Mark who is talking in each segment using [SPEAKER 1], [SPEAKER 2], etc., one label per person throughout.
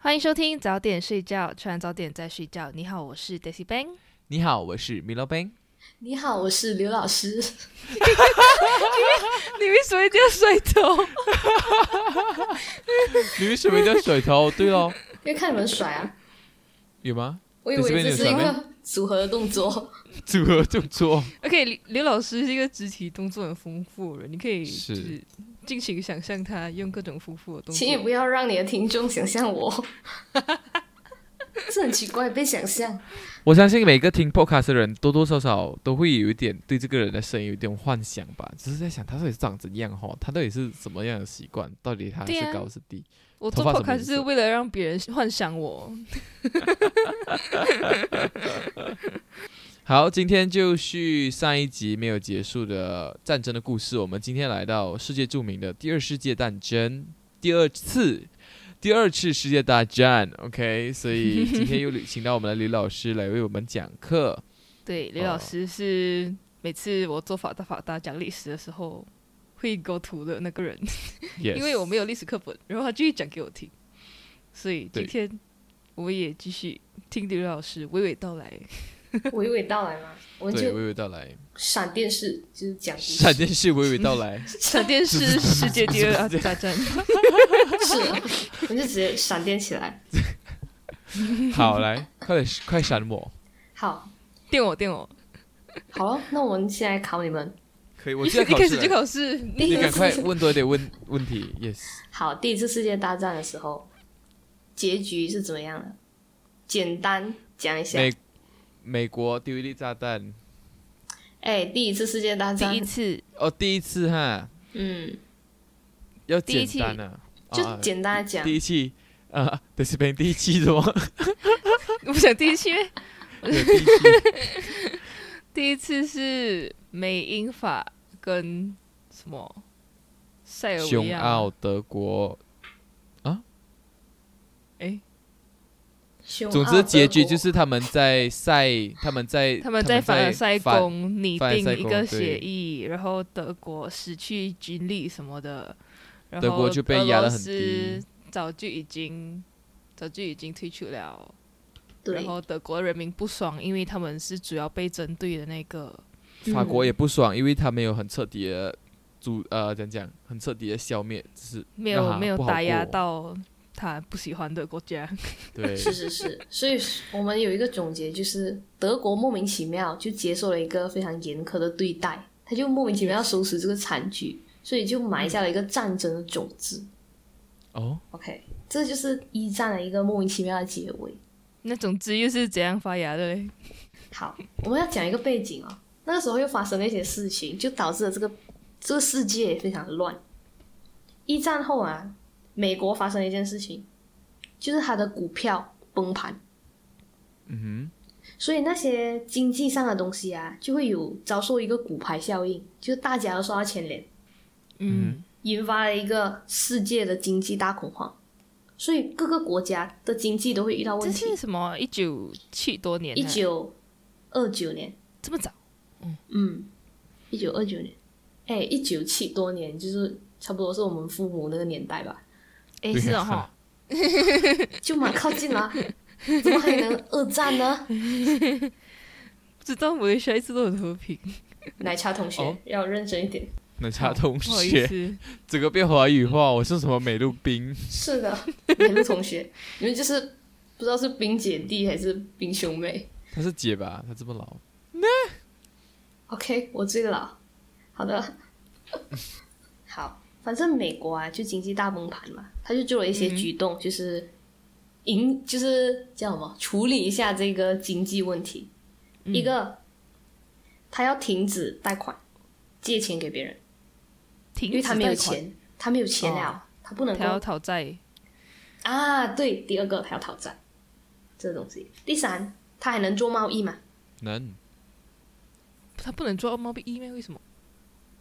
[SPEAKER 1] 欢迎收听早点睡觉，吃完早点再睡觉。你好，我是 Daisy Bang。
[SPEAKER 2] 你好，我是 Milo Bang。
[SPEAKER 3] 你好，我是刘老师。
[SPEAKER 1] 你为什么一定要甩头？
[SPEAKER 2] 你为什么叫水头？对喽，
[SPEAKER 3] 因为看你们甩啊，
[SPEAKER 2] 有吗？
[SPEAKER 3] 我以为这是
[SPEAKER 2] 对这
[SPEAKER 3] 一
[SPEAKER 2] 边有甩
[SPEAKER 3] 个组合的动作。
[SPEAKER 2] 组合动作
[SPEAKER 1] OK，刘刘老师是一个肢体动作很丰富的人，你可以
[SPEAKER 2] 是
[SPEAKER 1] 就是尽情想象他用各种丰富的动
[SPEAKER 3] 请也
[SPEAKER 1] 作。
[SPEAKER 3] 不要让你的听众想象我， 这很奇怪，被想象。
[SPEAKER 2] 我相信每个听 podcast 的人多多少少都会有一点对这个人的声音有一点幻想吧，只是在想他到底长怎样哈，他到底是什么样的习惯，到底他
[SPEAKER 1] 对啊
[SPEAKER 2] 是高是低。
[SPEAKER 1] 我做
[SPEAKER 2] 头发什么
[SPEAKER 1] podcast
[SPEAKER 2] 颜色
[SPEAKER 1] 是为了让别人幻想我。
[SPEAKER 2] 好，今天就是上一集没有结束的战争的故事，我们今天来到世界著名的第二世界大战，第二次。第二次世界大战，OK，所以今天又请到我们的李老师来为我们讲 课。
[SPEAKER 1] 对，刘老
[SPEAKER 2] 哦
[SPEAKER 1] 师是每次我做法大法大讲历史的时候会构图的那个人， 因为
[SPEAKER 2] Yes
[SPEAKER 1] 我没有历史课本，然后他继续讲给我听，所以今
[SPEAKER 2] 对
[SPEAKER 1] 天我也继续听刘老师娓娓 道来。
[SPEAKER 3] 娓娓道来嘛，我们
[SPEAKER 2] 对
[SPEAKER 3] 就
[SPEAKER 2] 娓娓道来，
[SPEAKER 3] 闪电式，就是讲故事
[SPEAKER 2] 闪电式娓娓道 来。
[SPEAKER 1] 闪电是世界第二大战，
[SPEAKER 3] 是啊，我们就直接闪电起来。
[SPEAKER 2] 好，来，快点，快闪我！
[SPEAKER 3] 好，
[SPEAKER 1] 电我电我，
[SPEAKER 3] 好了，那我们现在考你们。
[SPEAKER 2] 可以，我
[SPEAKER 1] 一
[SPEAKER 2] 现在
[SPEAKER 1] 一
[SPEAKER 2] 考
[SPEAKER 1] 开
[SPEAKER 2] 试
[SPEAKER 1] 始就
[SPEAKER 2] 了，
[SPEAKER 1] 考试，
[SPEAKER 3] 第
[SPEAKER 2] 你
[SPEAKER 3] 一
[SPEAKER 2] 赶快
[SPEAKER 3] 次，
[SPEAKER 2] 问多一点问问题。Yes，
[SPEAKER 3] 好，第一次世界大战的时候，结局是怎么样的？简单讲一下。
[SPEAKER 2] 美美国丢一粒炸弹，
[SPEAKER 3] 哎，第一次世界大战，
[SPEAKER 1] 次
[SPEAKER 2] 哦，第一次哈，
[SPEAKER 3] 嗯，
[SPEAKER 2] 要
[SPEAKER 1] 第一
[SPEAKER 2] 简
[SPEAKER 1] 期
[SPEAKER 2] 单啊，
[SPEAKER 3] 就
[SPEAKER 2] 啊
[SPEAKER 3] 简单地讲。
[SPEAKER 2] 第一期啊， 对，是别第一期 什么？
[SPEAKER 1] 我不想第一期咩，
[SPEAKER 2] 对第一期
[SPEAKER 1] 第一次是美英法跟什么塞尔维
[SPEAKER 2] 熊
[SPEAKER 1] 亚，
[SPEAKER 2] 奥、德国，
[SPEAKER 1] 哎，
[SPEAKER 3] 熊
[SPEAKER 2] 总
[SPEAKER 3] 奥
[SPEAKER 2] 之结局
[SPEAKER 3] 德国
[SPEAKER 2] 就是他们在赛，他们在
[SPEAKER 1] 他们在凡尔赛
[SPEAKER 2] 反
[SPEAKER 1] 宫拟
[SPEAKER 2] 凡尔赛
[SPEAKER 1] 定
[SPEAKER 2] 宫
[SPEAKER 1] 一个协议，然后德国失去军力什么的，然后
[SPEAKER 2] 德国就被压得很低
[SPEAKER 1] 俄罗斯早就已经早就已经退出了。
[SPEAKER 3] 对
[SPEAKER 1] 然，后德国人民不爽，因为他们是主要被针对的那个。嗯
[SPEAKER 2] 法国也不爽，因为他没有很彻底的主呃，怎样讲，很彻底的消灭，只是
[SPEAKER 1] 没
[SPEAKER 2] 让
[SPEAKER 1] 有
[SPEAKER 2] 他
[SPEAKER 1] 没有
[SPEAKER 2] 啊不好
[SPEAKER 1] 打压
[SPEAKER 2] 过
[SPEAKER 1] 到他不喜欢的国家。
[SPEAKER 2] 对，
[SPEAKER 3] 是是是，所以我们有一个总结，就是德国莫名其妙就接受了一个非常严苛的对待，他就莫名其妙收拾这个惨剧，所以就埋下了一个战争的种子。
[SPEAKER 2] 哦，
[SPEAKER 3] OK，这就是一战的一个莫名其妙的结尾。
[SPEAKER 1] 那总之又是怎样发芽的嘞？
[SPEAKER 3] 好，我们要讲一个背景哦，那个时候又发生了一些事情，就导致了这个这个世界也非常乱。一战后啊，美国发生了一件事情，就是它的股票崩盘。
[SPEAKER 2] 嗯
[SPEAKER 3] 所以那些经济上的东西啊，就会有遭受一个骨牌效应，就是大家都受到牵连，
[SPEAKER 1] 嗯，
[SPEAKER 3] 引发了一个世界的经济大恐慌。所以各个国家的经济都会遇到问
[SPEAKER 1] 这
[SPEAKER 3] 题
[SPEAKER 1] 是。什么？一九七多年啊，
[SPEAKER 3] 一九二九年，
[SPEAKER 1] 这么早？
[SPEAKER 3] 嗯，一九二九年，哎，一九七多年，就是差不多是我们父母那个年代吧，
[SPEAKER 1] 哎，
[SPEAKER 2] 对啊
[SPEAKER 1] 是 哦哈，
[SPEAKER 3] 就蛮靠近 了啊。怎么还能二战呢？
[SPEAKER 1] 不知道我的下一次都很和平，
[SPEAKER 3] 奶茶同学、
[SPEAKER 2] 哦
[SPEAKER 3] 要认真一点。
[SPEAKER 2] 哼，奶茶同
[SPEAKER 1] 不好意
[SPEAKER 2] 学，
[SPEAKER 1] 思，
[SPEAKER 2] 整个变华语化，我是什么美露冰？
[SPEAKER 3] 是的，美露同学， 你们就是不知道是冰姐弟还是冰兄妹。
[SPEAKER 2] 她是姐吧？她这么老，
[SPEAKER 3] OK，我最老。好 的，嗯好，反正美国啊，就经济大崩盘嘛，他就做了一些举动，就是引就是叫什么处理一下这个经济问题。一个，他要停止贷款，借钱给别人，
[SPEAKER 1] 停
[SPEAKER 3] 因为
[SPEAKER 1] 止
[SPEAKER 3] 他没有
[SPEAKER 1] 贷款，
[SPEAKER 3] 钱，他没有钱了，
[SPEAKER 1] 哦
[SPEAKER 3] 他不能
[SPEAKER 1] 他要
[SPEAKER 3] 够
[SPEAKER 1] 讨债，
[SPEAKER 3] 啊。对，第二个他要讨债，这东西。第三，他还能做贸易嘛？
[SPEAKER 4] 能
[SPEAKER 1] 他不能做猫币一面，为什么？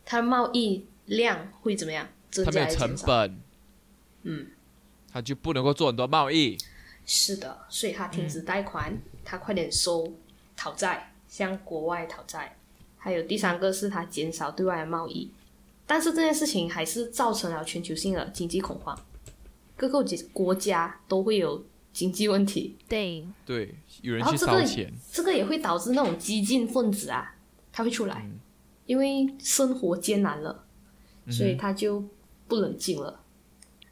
[SPEAKER 3] 他贸易量会怎么样？增
[SPEAKER 4] 他没
[SPEAKER 3] 加
[SPEAKER 4] 有
[SPEAKER 3] 还是
[SPEAKER 4] 成
[SPEAKER 3] 减少？
[SPEAKER 4] 本，
[SPEAKER 3] 嗯，
[SPEAKER 4] 他就不能够做很多贸易。
[SPEAKER 3] 是的，所以他停止贷款，他快点收讨债，向国外讨债。还有第三个是他减少对外的贸易，但是这件事情还是造成了全球性的经济恐慌，各个国国家都会有经济问题，
[SPEAKER 1] 对，
[SPEAKER 4] 对，有人
[SPEAKER 3] 然后
[SPEAKER 4] 去
[SPEAKER 3] 这
[SPEAKER 4] 烧
[SPEAKER 3] 个
[SPEAKER 4] 钱，
[SPEAKER 3] 这个也会导致那种激进分子啊，他会出来，因为生活艰难了，所以他就不冷静了。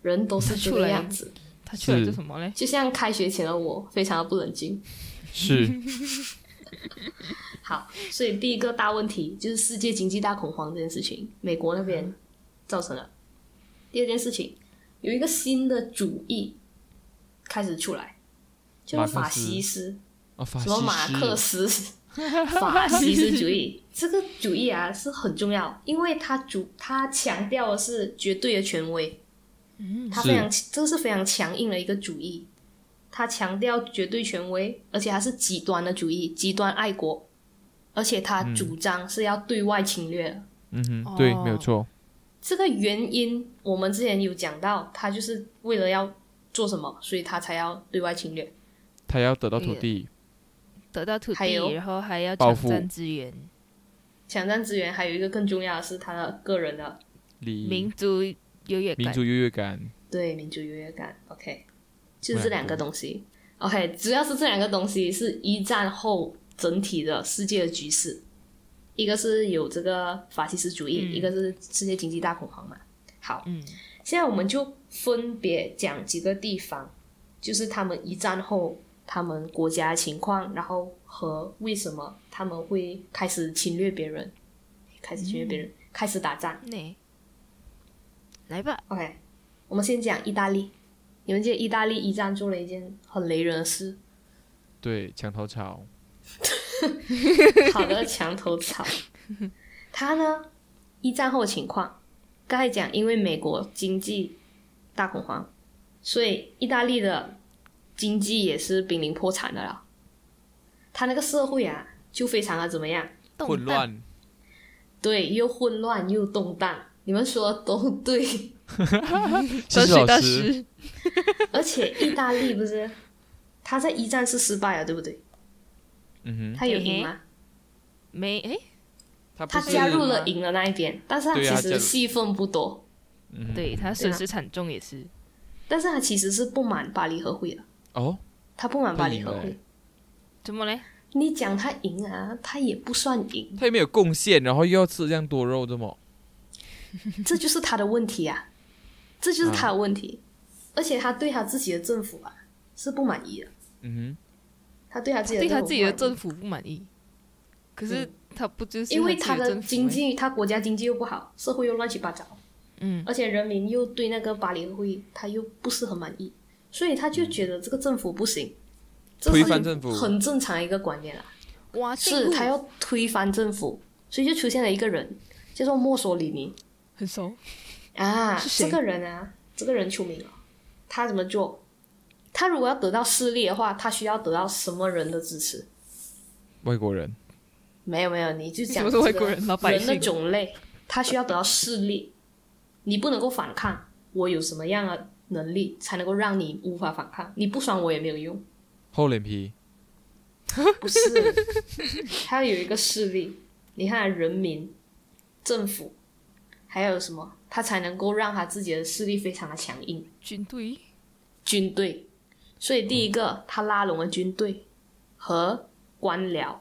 [SPEAKER 3] 人都是这
[SPEAKER 1] 出
[SPEAKER 3] 个
[SPEAKER 1] 来
[SPEAKER 3] 样子，
[SPEAKER 1] 他出来
[SPEAKER 4] 是
[SPEAKER 1] 做什么嘞？
[SPEAKER 3] 就像开学前的我，非常的哦不冷静。
[SPEAKER 4] 是
[SPEAKER 3] 好，所以第一个大问题就是世界经济大恐慌这件事情，美国那边造成了。第二件事情，有一个新的主义开始出来，就是
[SPEAKER 4] 马
[SPEAKER 3] 法
[SPEAKER 4] 克思
[SPEAKER 3] 西斯，
[SPEAKER 4] 啊，法
[SPEAKER 3] 什么马克
[SPEAKER 4] 西斯
[SPEAKER 3] 思、 法西斯主义，这个主义啊是很重要，因为它主它强调的是绝对的权威，
[SPEAKER 1] 嗯，
[SPEAKER 3] 它
[SPEAKER 4] 是
[SPEAKER 3] 非常这个是非常强硬的一个主义，它强调绝对权威，而且它是极端的主义，极端爱国，而且它主张是要对外侵略的。
[SPEAKER 4] 嗯
[SPEAKER 1] 哦
[SPEAKER 4] 哼，对，没有错，
[SPEAKER 3] 这个原因我们之前有讲到，他就是为了要做什么，所以他才要对外侵略。
[SPEAKER 4] 他要得到土
[SPEAKER 1] 对
[SPEAKER 4] 地，
[SPEAKER 1] 得到土
[SPEAKER 3] 还有
[SPEAKER 1] 地，然后还要
[SPEAKER 4] 报
[SPEAKER 1] 抢
[SPEAKER 4] 复
[SPEAKER 1] 占资源，
[SPEAKER 3] 抢占资源，还有一个更重要的是他的个人的
[SPEAKER 4] 离
[SPEAKER 1] 民族优越
[SPEAKER 4] 嗯民
[SPEAKER 1] 感，
[SPEAKER 4] 族优越感，
[SPEAKER 3] 对，民族优越感。OK，就是这两个东西。OK，主要是这两个东西是一战后整体的世界的局势，一个是有这个法西斯主义，
[SPEAKER 1] 嗯
[SPEAKER 3] 一个是世界经济大恐慌嘛。好，
[SPEAKER 1] 嗯，
[SPEAKER 3] 现在我们就分别讲几个地方，就是他们一战后他们国家的情况，然后和为什么他们会开始侵略别人，开始侵略别人，开始打仗。
[SPEAKER 1] 那来吧，
[SPEAKER 3] OK，我们先讲意大利。你们记得意大利一战做了一件很雷人的事，
[SPEAKER 4] 对，墙头草，
[SPEAKER 3] 好的墙头草。他呢，一战后的情况，刚才讲，因为美国经济大恐慌，所以意大利的经济也是濒临破产的了。他那个社会啊，就非常的怎么样？
[SPEAKER 1] 动
[SPEAKER 4] 混
[SPEAKER 1] 荡，
[SPEAKER 4] 乱，
[SPEAKER 3] 对，又混乱又动荡。你们说的都对。
[SPEAKER 4] 谢
[SPEAKER 1] 转
[SPEAKER 4] 谢
[SPEAKER 1] 水
[SPEAKER 4] 老
[SPEAKER 1] 大
[SPEAKER 4] 师，
[SPEAKER 1] 师，
[SPEAKER 3] 而且意大利不是，他在一战是失败了，对不对？
[SPEAKER 4] 嗯哼，
[SPEAKER 3] 他有赢吗？
[SPEAKER 1] 没哎，
[SPEAKER 4] 他
[SPEAKER 3] 他
[SPEAKER 4] 不是
[SPEAKER 3] 加入了赢的那一边，但是他
[SPEAKER 4] 对啊
[SPEAKER 3] 其
[SPEAKER 4] 加
[SPEAKER 3] 实
[SPEAKER 4] 入
[SPEAKER 3] 戏份不多，
[SPEAKER 4] 嗯哼
[SPEAKER 1] 对他损
[SPEAKER 3] 啊
[SPEAKER 1] 失惨重也是，
[SPEAKER 3] 但是他其实是不满巴黎和会的，
[SPEAKER 4] 哦，
[SPEAKER 3] 他不满巴黎和
[SPEAKER 4] 他赢
[SPEAKER 3] 会
[SPEAKER 4] 了。
[SPEAKER 1] 怎么嘞？
[SPEAKER 3] 你讲他赢啊，他也不算 赢，
[SPEAKER 4] 他又没有贡献，然后又要吃这样多肉，这么
[SPEAKER 3] 这就是他的问题啊，这就是他的问
[SPEAKER 4] 啊
[SPEAKER 3] 题，而且他对他自己的政府啊是不满意的，
[SPEAKER 4] 嗯
[SPEAKER 3] 他对他自己的
[SPEAKER 1] 对他自己的
[SPEAKER 3] 政
[SPEAKER 1] 政
[SPEAKER 3] 府
[SPEAKER 1] 府不满意，可是他不就是
[SPEAKER 3] 不满意，因为
[SPEAKER 1] 他
[SPEAKER 3] 他
[SPEAKER 1] 自己
[SPEAKER 3] 的
[SPEAKER 1] 政府
[SPEAKER 3] 经
[SPEAKER 1] 欸，
[SPEAKER 3] 济，他国家经济又不好，社会又乱七八糟，
[SPEAKER 1] 嗯，
[SPEAKER 3] 而且人民又对那个巴黎和会议他又不是很满意，所以他就觉得这个政府不行，这
[SPEAKER 4] 推
[SPEAKER 3] 是
[SPEAKER 4] 翻政府
[SPEAKER 3] 很正常一个观念啦。
[SPEAKER 1] 哇，
[SPEAKER 3] 是他要推翻政府，所以就出现了一个人，叫做墨索里尼
[SPEAKER 1] 很熟，
[SPEAKER 3] 啊。
[SPEAKER 1] 是谁
[SPEAKER 3] 这个人啊，这个人出名了。他怎么做？他如果要得到势力的话，他需要得到什么人的支持？
[SPEAKER 4] 哼，外国人，
[SPEAKER 3] 没有没有，你就讲
[SPEAKER 1] 为什么是外
[SPEAKER 3] 这个
[SPEAKER 1] 国人老百姓
[SPEAKER 3] 人的种类，他需要得到势力，你不能够反抗。我有什么样的能力才能够让你无法反抗？你不爽我也没有用。
[SPEAKER 4] 厚脸皮，
[SPEAKER 3] 不是，还要有一个势力，你看人民、政府，还有什么，他才能够让他自己的势力非常的强硬。
[SPEAKER 1] 军队
[SPEAKER 3] 军队，所以第一个他拉拢了军队和官僚，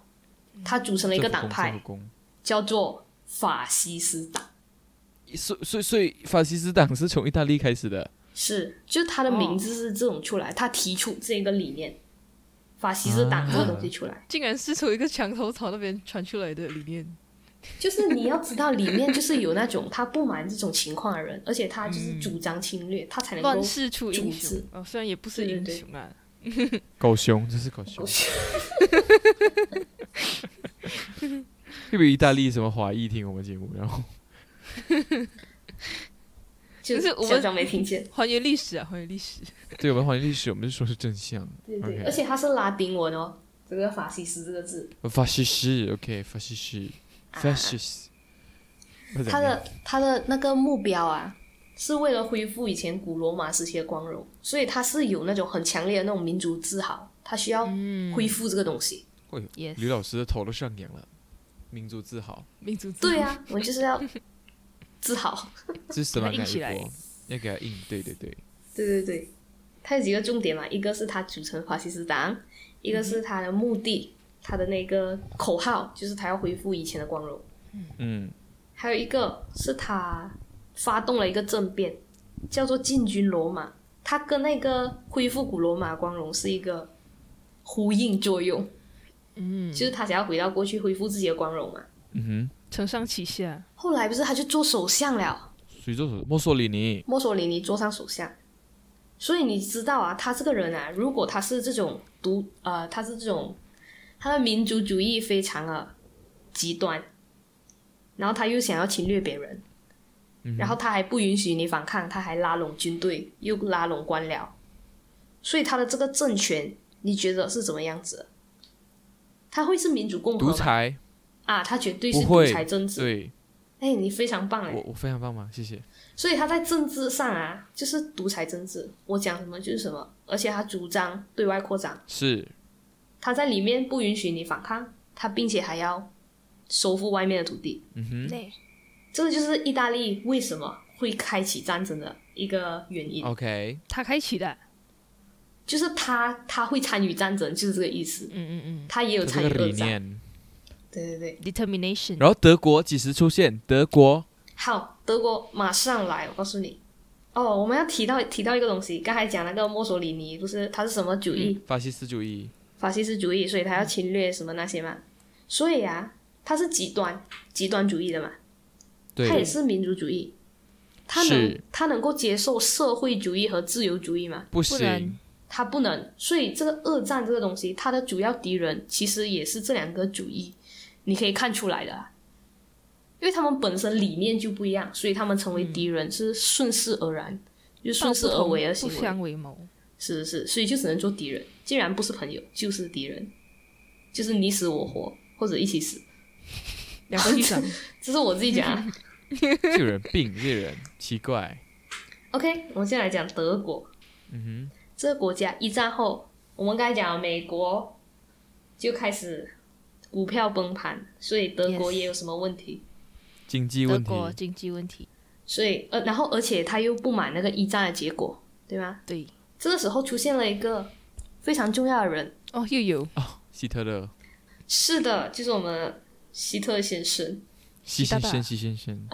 [SPEAKER 3] 他组成了一个党
[SPEAKER 4] 政
[SPEAKER 3] 派，
[SPEAKER 4] 府工，
[SPEAKER 3] 叫做法西斯党。
[SPEAKER 4] 政府工所以所以所以法西斯党是从意大利开始的，
[SPEAKER 3] 是，就是他的名字是这种出来，他提出这个理念，法西斯党这个东西出来。
[SPEAKER 1] 竟然是从一个墙头草那边传出来的理念，
[SPEAKER 3] 就是你要知道，里面就是有那种他不满这种情况的人，而且他就是主张侵略，他才能
[SPEAKER 1] 乱
[SPEAKER 3] 够
[SPEAKER 1] 世出英
[SPEAKER 3] 组织
[SPEAKER 1] 雄哦，虽然也不是
[SPEAKER 3] 对对
[SPEAKER 1] 英
[SPEAKER 3] 对
[SPEAKER 1] 雄啊，
[SPEAKER 2] 狗熊，这是狗熊
[SPEAKER 3] 狗。
[SPEAKER 2] 会不会意大利什么华裔听我们节目，然后
[SPEAKER 3] 就
[SPEAKER 1] 可是我们
[SPEAKER 3] 假装没听见。
[SPEAKER 1] 还原历史啊，还原历史。
[SPEAKER 2] 对我们还原历史，我们是说是真相。
[SPEAKER 3] 对对
[SPEAKER 2] OK
[SPEAKER 3] 而且它是拉丁文哦，这个法西斯这个字，
[SPEAKER 2] 法西斯，OK，法西斯法西斯。那怎
[SPEAKER 3] 它
[SPEAKER 2] 么样
[SPEAKER 3] 啊的它的那个目标啊，是为了恢复以前古罗马时期的光荣，所以它是有那种很强烈的那种民族自豪，它需要恢复这个东西。
[SPEAKER 1] Yes，
[SPEAKER 2] 刘老师的头都上扬了，民族自豪，
[SPEAKER 1] 民族自
[SPEAKER 3] 对
[SPEAKER 1] 豪，
[SPEAKER 3] 啊，我就是要自豪。
[SPEAKER 2] 这是什么
[SPEAKER 1] 把它
[SPEAKER 2] 感
[SPEAKER 1] 硬起来
[SPEAKER 2] 觉？要给他硬，对对对，
[SPEAKER 3] 对对对，它有几个重点嘛，一个是它组成法西斯党，一个是它的目的，它的那个口号就是它要恢复以前的光荣，
[SPEAKER 2] 嗯，
[SPEAKER 3] 还有一个是它发动了一个政变，叫做进军罗马，它跟那个恢复古罗马光荣是一个呼应作用，
[SPEAKER 1] 嗯，
[SPEAKER 3] 就是他想要回到过去恢复自己的光荣嘛。
[SPEAKER 2] 嗯
[SPEAKER 1] 承上启下，
[SPEAKER 3] 后来不是他去做首相了，
[SPEAKER 2] 哼，谁做手？墨索里尼，
[SPEAKER 3] 墨索里尼坐上首相。所以你知道啊，他这个人啊，如果他是这种独呃，他是这种他的民族主义非常的极端，然后他又想要侵略别人，
[SPEAKER 2] 嗯
[SPEAKER 3] 然后他还不允许你反抗，他还拉拢军队，又拉拢官僚，所以他的这个政权，你觉得是怎么样子的？他会是民主共和
[SPEAKER 2] 独
[SPEAKER 3] 吗？
[SPEAKER 2] 裁，
[SPEAKER 3] 啊，他绝对是
[SPEAKER 2] 不
[SPEAKER 3] 独
[SPEAKER 2] 会
[SPEAKER 3] 裁政治。
[SPEAKER 2] 对
[SPEAKER 3] 哎，你非常棒哎！
[SPEAKER 2] 我我非常棒吗？谢谢。
[SPEAKER 3] 所以他在政治上啊，就是独裁政治，我讲什么就是什么，而且他主张对外扩张，
[SPEAKER 2] 是，
[SPEAKER 3] 他在里面不允许你反抗，他并且还要收复外面的土地。
[SPEAKER 2] 嗯哼
[SPEAKER 1] 对，
[SPEAKER 3] 这个就是意大利为什么会开启战争的一个原
[SPEAKER 2] 哦
[SPEAKER 3] 因，
[SPEAKER 2] ，OK，
[SPEAKER 1] 他开启的，
[SPEAKER 3] 就是他他会参与战争，就是这个意思。
[SPEAKER 1] 嗯嗯
[SPEAKER 3] 他也有
[SPEAKER 2] 就这
[SPEAKER 3] 参
[SPEAKER 2] 个
[SPEAKER 3] 与二
[SPEAKER 2] 理
[SPEAKER 3] 战，
[SPEAKER 2] 念。
[SPEAKER 3] 对对对。
[SPEAKER 1] 嗯，determination，
[SPEAKER 2] 然后德国几时出现？德国
[SPEAKER 3] 好，德国马上来，我告诉你。哦，我们要提到提到一个东西，刚才讲那个墨索里尼，不是他是什么主义？
[SPEAKER 2] 法西斯主义，
[SPEAKER 3] 法西斯主义，所以他要侵略什么那些嘛。所以啊，他是极端极端主义的嘛，他也
[SPEAKER 2] 对，
[SPEAKER 3] 是民族主义，他能
[SPEAKER 2] 是
[SPEAKER 3] 他能够接受社会主义和自由主义嘛？
[SPEAKER 2] 不
[SPEAKER 1] 不然
[SPEAKER 2] 行，
[SPEAKER 3] 他不能，所以这个二战这个东西，它的主要敌人其实也是这两个主义，你可以看出来的啊、因为他们本身理念就不一样，所以他们成为敌人是顺势而然，就
[SPEAKER 1] 道
[SPEAKER 3] 顺
[SPEAKER 1] 不
[SPEAKER 3] 势而
[SPEAKER 1] 同
[SPEAKER 3] 为的
[SPEAKER 1] 不
[SPEAKER 3] 行为。
[SPEAKER 1] 相为谋，
[SPEAKER 3] 是是是，所以就只能做敌人。既然不是朋友，就是敌人，就是你死我活，或者一起死。
[SPEAKER 1] 两个局长，
[SPEAKER 3] 这是我自己讲啊。
[SPEAKER 2] 这个人病，这个人 奇怪，
[SPEAKER 3] OK，我们现在来讲德国
[SPEAKER 2] 嗯
[SPEAKER 3] 这个国家。一战后，我们刚才讲了美国就开始股票崩盘，所以德国
[SPEAKER 1] Yes
[SPEAKER 3] 也有什么问题。
[SPEAKER 2] 哼，经济
[SPEAKER 1] 德
[SPEAKER 2] 问题，
[SPEAKER 1] 国经济问题，
[SPEAKER 3] 所以呃，然后而且他又不满那个一战的结果，对吗？
[SPEAKER 1] 对，
[SPEAKER 3] 这个时候出现了一个非常重要的人，
[SPEAKER 1] 哦，又有
[SPEAKER 2] 哦，希特勒，
[SPEAKER 3] 是的，就是我们希特先生。
[SPEAKER 2] 希
[SPEAKER 1] 大
[SPEAKER 2] 先
[SPEAKER 1] 大
[SPEAKER 2] 生，希先生，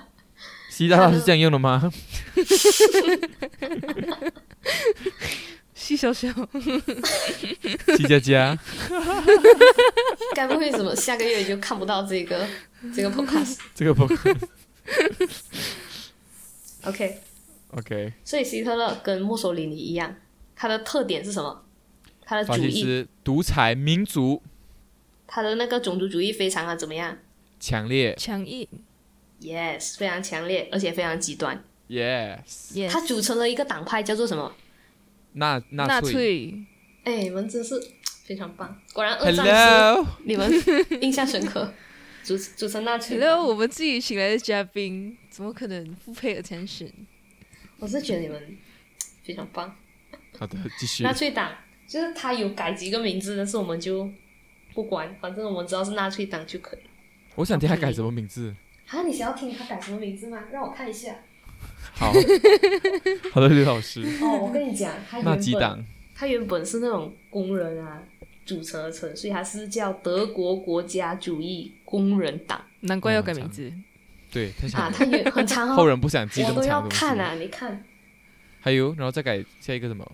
[SPEAKER 2] 希大大是这样用的吗？
[SPEAKER 1] 细小小，
[SPEAKER 2] 希佳佳，
[SPEAKER 3] 该不会什么下个月就看不到这个这个 podcast？
[SPEAKER 2] 这个不
[SPEAKER 3] OK，
[SPEAKER 2] OK，
[SPEAKER 3] 所以希特勒跟墨索里尼一样，他的特点是什么？他的
[SPEAKER 2] 法
[SPEAKER 3] 主
[SPEAKER 2] 西
[SPEAKER 3] 义，
[SPEAKER 2] 斯独裁民族
[SPEAKER 3] 他的那个种族主义非常啊的怎么样
[SPEAKER 2] 强烈
[SPEAKER 1] 强硬
[SPEAKER 3] ？Yes，非常强烈，而且非常极端。
[SPEAKER 2] ，Yes，
[SPEAKER 1] ，yes，
[SPEAKER 3] 他组成了一个党派，叫做什么？
[SPEAKER 2] 纳
[SPEAKER 1] 纳
[SPEAKER 2] 纳粹
[SPEAKER 1] 粹，
[SPEAKER 3] 哎，你们真是非常棒，果然二战时
[SPEAKER 2] ，Hello，
[SPEAKER 3] 你们印象深 刻。组组成纳粹
[SPEAKER 1] Hello，我们自己请来的嘉宾，怎么可能不 pay attention？
[SPEAKER 3] 我是觉得你们非常棒。
[SPEAKER 2] 好的，继续
[SPEAKER 3] 纳，粹党就是他有改几个名字，但是我们就不管，反正我们知道是纳粹党就可以。
[SPEAKER 2] 我想听他改什么名字，
[SPEAKER 3] 啊，你想要听他改什么名字吗？让我看 一下。
[SPEAKER 2] 好，好的，刘老 师，
[SPEAKER 3] 哦，我跟你讲，他原
[SPEAKER 2] 纳
[SPEAKER 3] 本
[SPEAKER 2] 基党，
[SPEAKER 3] 他原本是那种工人啊组成而成，所以他是叫德国国家主义工人党
[SPEAKER 1] 难怪要改名字，
[SPEAKER 2] 对，太强
[SPEAKER 3] 啊。
[SPEAKER 2] 了，
[SPEAKER 3] 他原很长
[SPEAKER 2] 后
[SPEAKER 3] 哦，
[SPEAKER 2] 人不想记这
[SPEAKER 3] 我
[SPEAKER 2] 么
[SPEAKER 3] 都
[SPEAKER 2] 长
[SPEAKER 3] 要
[SPEAKER 2] 的东
[SPEAKER 3] 看
[SPEAKER 2] 西，
[SPEAKER 3] 啊，你看
[SPEAKER 2] 还有，然后再改下一个什么？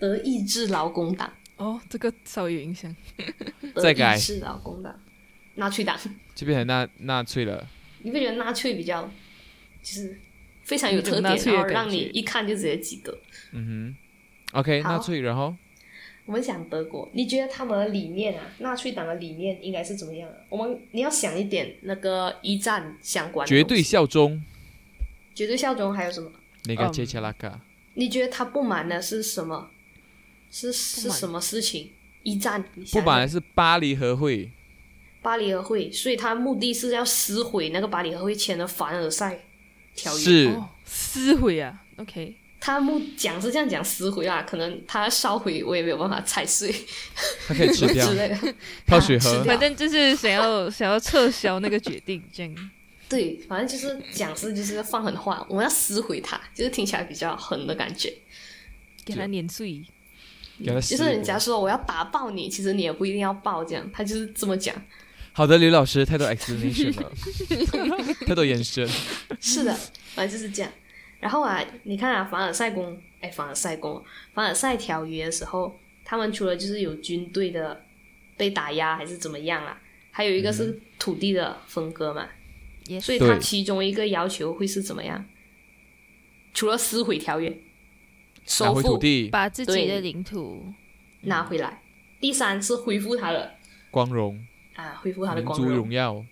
[SPEAKER 3] 德意志劳工党，
[SPEAKER 1] 哦，这个稍微有影响，
[SPEAKER 3] 德
[SPEAKER 2] 再
[SPEAKER 3] 意
[SPEAKER 2] 改
[SPEAKER 3] 志劳工党，纳粹党，
[SPEAKER 2] 这边还纳纳粹了，
[SPEAKER 3] 你不觉得纳粹比较就是非常有
[SPEAKER 1] 有种
[SPEAKER 3] 特
[SPEAKER 1] 纳
[SPEAKER 3] 点，
[SPEAKER 1] 粹的
[SPEAKER 3] 然后
[SPEAKER 1] 感
[SPEAKER 3] 让你
[SPEAKER 1] 觉
[SPEAKER 3] 一看就直接记得。
[SPEAKER 2] 嗯哼，OK，
[SPEAKER 3] 好
[SPEAKER 2] 纳粹，然后
[SPEAKER 3] 我们讲德国，你觉得他们的理念啊，纳粹党的理念应该是怎么样啊？我们你要想一点那个一战相关的
[SPEAKER 2] 绝
[SPEAKER 3] 东
[SPEAKER 2] 对
[SPEAKER 3] 西
[SPEAKER 2] 效忠。
[SPEAKER 3] 绝对效忠还有什么？
[SPEAKER 2] 那个切切拉卡，
[SPEAKER 3] 你觉得他不满的是什么？是是
[SPEAKER 1] 不满
[SPEAKER 3] 什么事情？一战你
[SPEAKER 2] 不
[SPEAKER 3] 想
[SPEAKER 2] 满的是巴黎和会，
[SPEAKER 3] 巴黎和会，所以他目的是要撕毁那个巴黎和会签的凡尔赛条约。
[SPEAKER 2] 是
[SPEAKER 1] 哦，撕毁啊，OK，
[SPEAKER 3] 他目讲是这样讲撕毁啊，可能他烧毁我也没有办法踩碎
[SPEAKER 2] 它可以吃掉
[SPEAKER 3] 之类的。
[SPEAKER 2] 泡水
[SPEAKER 3] 吃
[SPEAKER 2] 河
[SPEAKER 3] 掉。
[SPEAKER 1] 反正就是想要 想要撤销那个决定，这样
[SPEAKER 3] 对，反正就是讲是就是要放狠话，我们要撕毁它，就是听起来比较狠的感觉。
[SPEAKER 1] 给他碾碎。
[SPEAKER 2] 给它撕
[SPEAKER 3] 就是人
[SPEAKER 2] 过
[SPEAKER 3] 家说我要打爆你，其实你也不一定要爆，这样他就是这么讲。
[SPEAKER 2] 好的，刘老师，太多 explanation 了，太多延伸。
[SPEAKER 3] 是的，反正就是这样。然后啊，你看啊，凡尔赛宫，哎，凡尔赛宫，凡尔赛条约的时候，他们除了就是有军队的被打压还是怎么样啊，还有一个是土地的分割嘛。
[SPEAKER 1] Yes
[SPEAKER 3] 所以它
[SPEAKER 2] 嗯对
[SPEAKER 3] 其中一个要求会是怎么样？除了撕毁条约，
[SPEAKER 2] 拿
[SPEAKER 3] 收
[SPEAKER 2] 回
[SPEAKER 3] 复
[SPEAKER 2] 土地，
[SPEAKER 1] 把自己
[SPEAKER 3] 对
[SPEAKER 1] 的领土，
[SPEAKER 3] 拿回来，第三是恢复它的
[SPEAKER 2] 光荣，
[SPEAKER 3] 啊，恢复它的
[SPEAKER 2] 民
[SPEAKER 3] 光
[SPEAKER 2] 族
[SPEAKER 3] 荣。
[SPEAKER 2] 荣耀，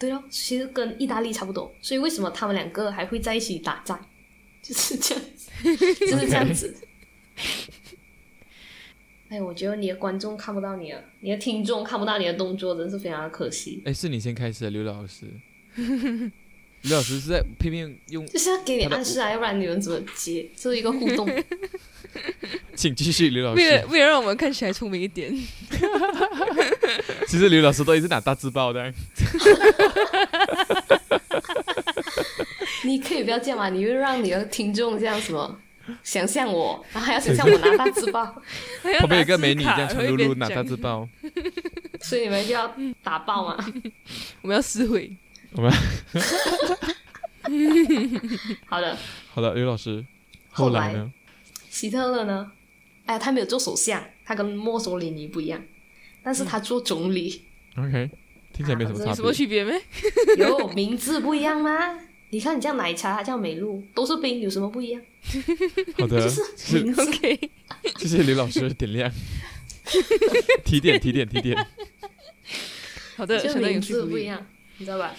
[SPEAKER 3] 对哦，其实跟意大利差不多，所以为什么他们两个还会在一起打仗， 就是这样子，就是这样子。哎，我觉得你的观众看不到你的，啊你的听众看不到你的动作，真是非常的可惜。
[SPEAKER 2] 哎，是你先开始的，刘老 师。刘老师是在拼命用，
[SPEAKER 3] 就是要给你暗示啊，要不然你们怎么接？这是一个互动。
[SPEAKER 2] 请继续，刘老
[SPEAKER 1] 为了
[SPEAKER 2] 师。
[SPEAKER 1] 为了让我们看起来聪明 一点，
[SPEAKER 2] 其实刘老师都一直拿大字报的，
[SPEAKER 3] 你可以不要这样嘛，你会让你的听众这样什么？想象我，然后还要想象我拿大字报，
[SPEAKER 2] 旁边有个美女这
[SPEAKER 1] 这
[SPEAKER 2] 样
[SPEAKER 1] 样
[SPEAKER 2] 穿噜噜拿 大字报，
[SPEAKER 3] 所以你们就要打爆嘛。
[SPEAKER 1] 我们要撕毁。
[SPEAKER 3] 好的，
[SPEAKER 2] 好了，刘老师，
[SPEAKER 3] 后
[SPEAKER 2] 后
[SPEAKER 3] 来
[SPEAKER 2] 来呢？
[SPEAKER 3] 希特勒呢？哎，他没有做首相，他跟墨索里尼不一样，但是他做总 理，
[SPEAKER 2] OK，听起来没什么
[SPEAKER 3] 啊
[SPEAKER 2] 差
[SPEAKER 1] 有什么
[SPEAKER 2] 别。
[SPEAKER 1] 区别没？
[SPEAKER 3] 有名字不一样吗？你看你叫奶茶，他叫美露，都是冰，有什么不一样？
[SPEAKER 2] 好的，
[SPEAKER 3] 就是名 字
[SPEAKER 1] OK，
[SPEAKER 2] 谢谢刘老师的点亮，提点提点提点。
[SPEAKER 1] 好的，
[SPEAKER 3] 就
[SPEAKER 1] 相当有
[SPEAKER 3] 名
[SPEAKER 1] 说
[SPEAKER 3] 字
[SPEAKER 1] 服
[SPEAKER 3] 不一
[SPEAKER 1] 力。
[SPEAKER 3] 样，你知道吧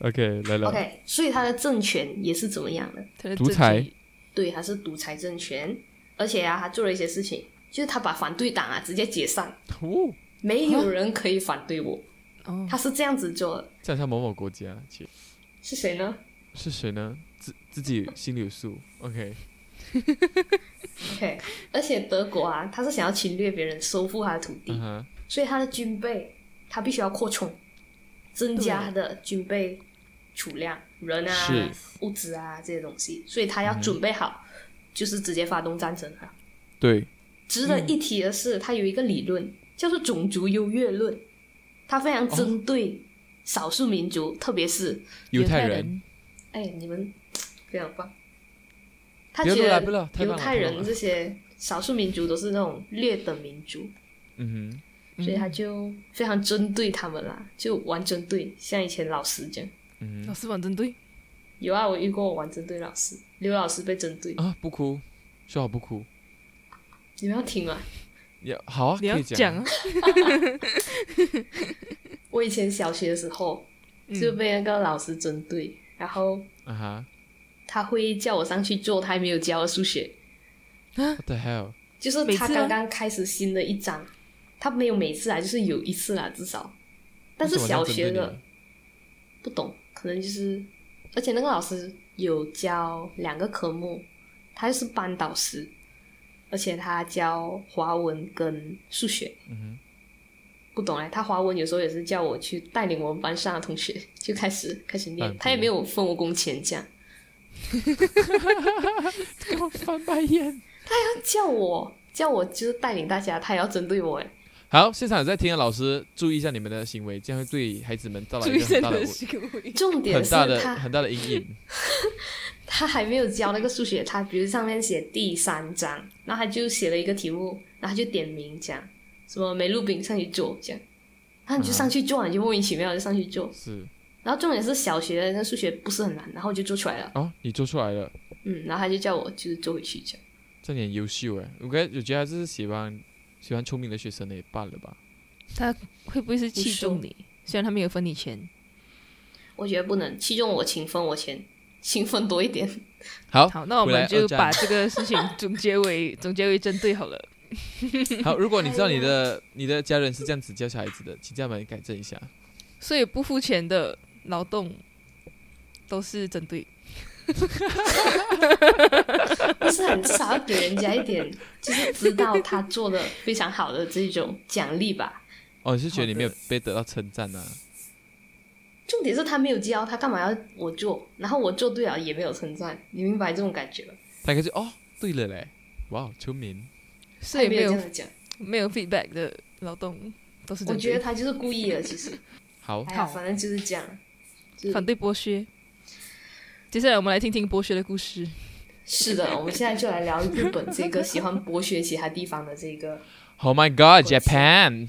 [SPEAKER 2] OK，来了，
[SPEAKER 3] ？OK，所以他的政权也是怎么样的？
[SPEAKER 1] 他的
[SPEAKER 2] 独
[SPEAKER 1] 政治
[SPEAKER 2] 裁
[SPEAKER 3] 对，他是独裁政权，而且啊，他做了一些事情，就是他把反对党啊直接解散，
[SPEAKER 2] 哦，
[SPEAKER 3] 没有人可以反对我，
[SPEAKER 1] 哦，
[SPEAKER 3] 他是这样子做的。
[SPEAKER 2] 这好像某某国家，其实
[SPEAKER 3] 是谁呢？
[SPEAKER 2] 是谁呢？自自己心里有数。OK，
[SPEAKER 3] OK，而且德国啊，他是想要侵略别人，收复他的土地，
[SPEAKER 2] 嗯哼，
[SPEAKER 3] 所以他的军备他必须要扩充，增加他的军备储量、人
[SPEAKER 2] 是
[SPEAKER 3] 啊、物资啊这些东西，所以他要准备好，就是直接发动战争啊。
[SPEAKER 2] 对，
[SPEAKER 3] 值得一提的是，他有一个理论叫做种族优越论，他非常针对少数民族，特别是
[SPEAKER 2] 犹
[SPEAKER 1] 太
[SPEAKER 2] 太人，
[SPEAKER 3] 哎你们非常棒，他
[SPEAKER 2] 不要
[SPEAKER 3] 觉
[SPEAKER 2] 录了，
[SPEAKER 3] 得
[SPEAKER 2] 不要录了，太棒
[SPEAKER 3] 犹
[SPEAKER 2] 了
[SPEAKER 3] 太
[SPEAKER 2] 太棒
[SPEAKER 3] 人
[SPEAKER 2] 了
[SPEAKER 3] 这些少数民族都是那种劣等民族，
[SPEAKER 2] 嗯
[SPEAKER 3] 所以他就非常针对他们啦，就玩针对，像以前老师这样。
[SPEAKER 2] 哼，嗯
[SPEAKER 1] 老师完针对，
[SPEAKER 3] 有啊，我遇过我玩针对老师，刘老师被针对，
[SPEAKER 2] 哼，啊，不哭，说好不哭，
[SPEAKER 3] 你们要听啊吗？
[SPEAKER 2] 也好啊，
[SPEAKER 1] 你要
[SPEAKER 2] 可以
[SPEAKER 1] 讲啊，
[SPEAKER 3] 我以前小学的时候
[SPEAKER 2] 嗯
[SPEAKER 3] 嗯
[SPEAKER 1] 嗯
[SPEAKER 3] 就被那个老师针对，然后
[SPEAKER 2] 啊哈
[SPEAKER 3] 他会叫我上去做他还没有教的数学，
[SPEAKER 2] ，What the hell？
[SPEAKER 3] 就是
[SPEAKER 1] 每次
[SPEAKER 3] 他
[SPEAKER 1] 啊
[SPEAKER 3] 刚刚开始新的一章，他没有每次啊，就是有一次啦，至少。但是
[SPEAKER 2] 为什么
[SPEAKER 3] 小
[SPEAKER 2] 要针对
[SPEAKER 3] 学
[SPEAKER 2] 你
[SPEAKER 3] 的不懂，可能就是，而且那个老师有教两个科目，他就是班导师，而且他教华文跟数学。
[SPEAKER 2] 嗯
[SPEAKER 3] 不懂哎，他华文有时候也是叫我去带领我们班上的同学 就开始开始
[SPEAKER 2] 嗯
[SPEAKER 3] 念，他也没有分我工钱这样，
[SPEAKER 2] 哼， 给我翻白眼。
[SPEAKER 3] 他叫我叫我就是带领大家，他也要针对我哎，
[SPEAKER 2] 好，现场有在听的老师，注意一下你们的行为，这样会对孩子们带来
[SPEAKER 1] 注
[SPEAKER 2] 一
[SPEAKER 1] 意
[SPEAKER 2] 个
[SPEAKER 1] 身
[SPEAKER 2] 很大的
[SPEAKER 1] 的
[SPEAKER 2] 误
[SPEAKER 1] 行为。
[SPEAKER 3] 重点
[SPEAKER 2] 很
[SPEAKER 3] 是
[SPEAKER 2] 大
[SPEAKER 3] 他
[SPEAKER 2] 的很大的阴影。
[SPEAKER 3] 他还没有教那个数学，他比如上面写第三章，然后他就写了一个题目，然后他就点名讲什么梅露饼上去做这样，然后你就上去做，你就莫名其妙就上去做，
[SPEAKER 2] 是
[SPEAKER 3] 然后重点是小学的那数学不是很难，然后我就做出来了，
[SPEAKER 2] 哦，你做出来了，
[SPEAKER 3] 嗯，然后他就叫我就是做回去这样，
[SPEAKER 2] 这点优秀哎，我感觉我觉得他就是喜欢喜欢出名的学生呢也罢了吧。
[SPEAKER 1] 会不会是器重你？虽然他没有分你钱，
[SPEAKER 3] 我觉得不能器重我，请分我钱，请分多一点。
[SPEAKER 2] 好，
[SPEAKER 1] 好，那我
[SPEAKER 2] 哦回来
[SPEAKER 1] 们就
[SPEAKER 2] 二战
[SPEAKER 1] 把这个事情 总结为总结为针对好了。
[SPEAKER 2] 好，如果你知道你的你的家人是这样子教小孩子的，请家们改正一下。
[SPEAKER 1] 所以不付钱的劳动都是针对，
[SPEAKER 3] 不是很至少要给人家一点，就是知道他做的非常好的这种奖励吧。
[SPEAKER 2] 哦，你是觉得你没有
[SPEAKER 1] 好
[SPEAKER 2] 被得到称赞啊？
[SPEAKER 3] 重点是他没有教，他干嘛要我做？然后我做对了也没有称赞，你明白这种感觉吧？
[SPEAKER 2] 大概就哦，对了嘞，哇，出名。
[SPEAKER 1] 所以
[SPEAKER 3] 他
[SPEAKER 1] 没
[SPEAKER 3] 没有这
[SPEAKER 1] 有
[SPEAKER 3] 样讲，
[SPEAKER 1] 没有 feedback 的劳动都是
[SPEAKER 3] 我
[SPEAKER 1] 针
[SPEAKER 3] 觉得
[SPEAKER 1] 对，
[SPEAKER 3] 他就是故意的。其实，
[SPEAKER 2] 好，
[SPEAKER 3] 哎呀，
[SPEAKER 1] 好
[SPEAKER 3] 反正就是这样。就是
[SPEAKER 1] 反对剥削。接下来我们来听听剥削的故事。
[SPEAKER 3] 是的，我们现在就来聊日本这个喜欢剥削其他地方的这个。
[SPEAKER 2] Oh my
[SPEAKER 3] 国
[SPEAKER 2] God,
[SPEAKER 3] 际
[SPEAKER 2] Japan！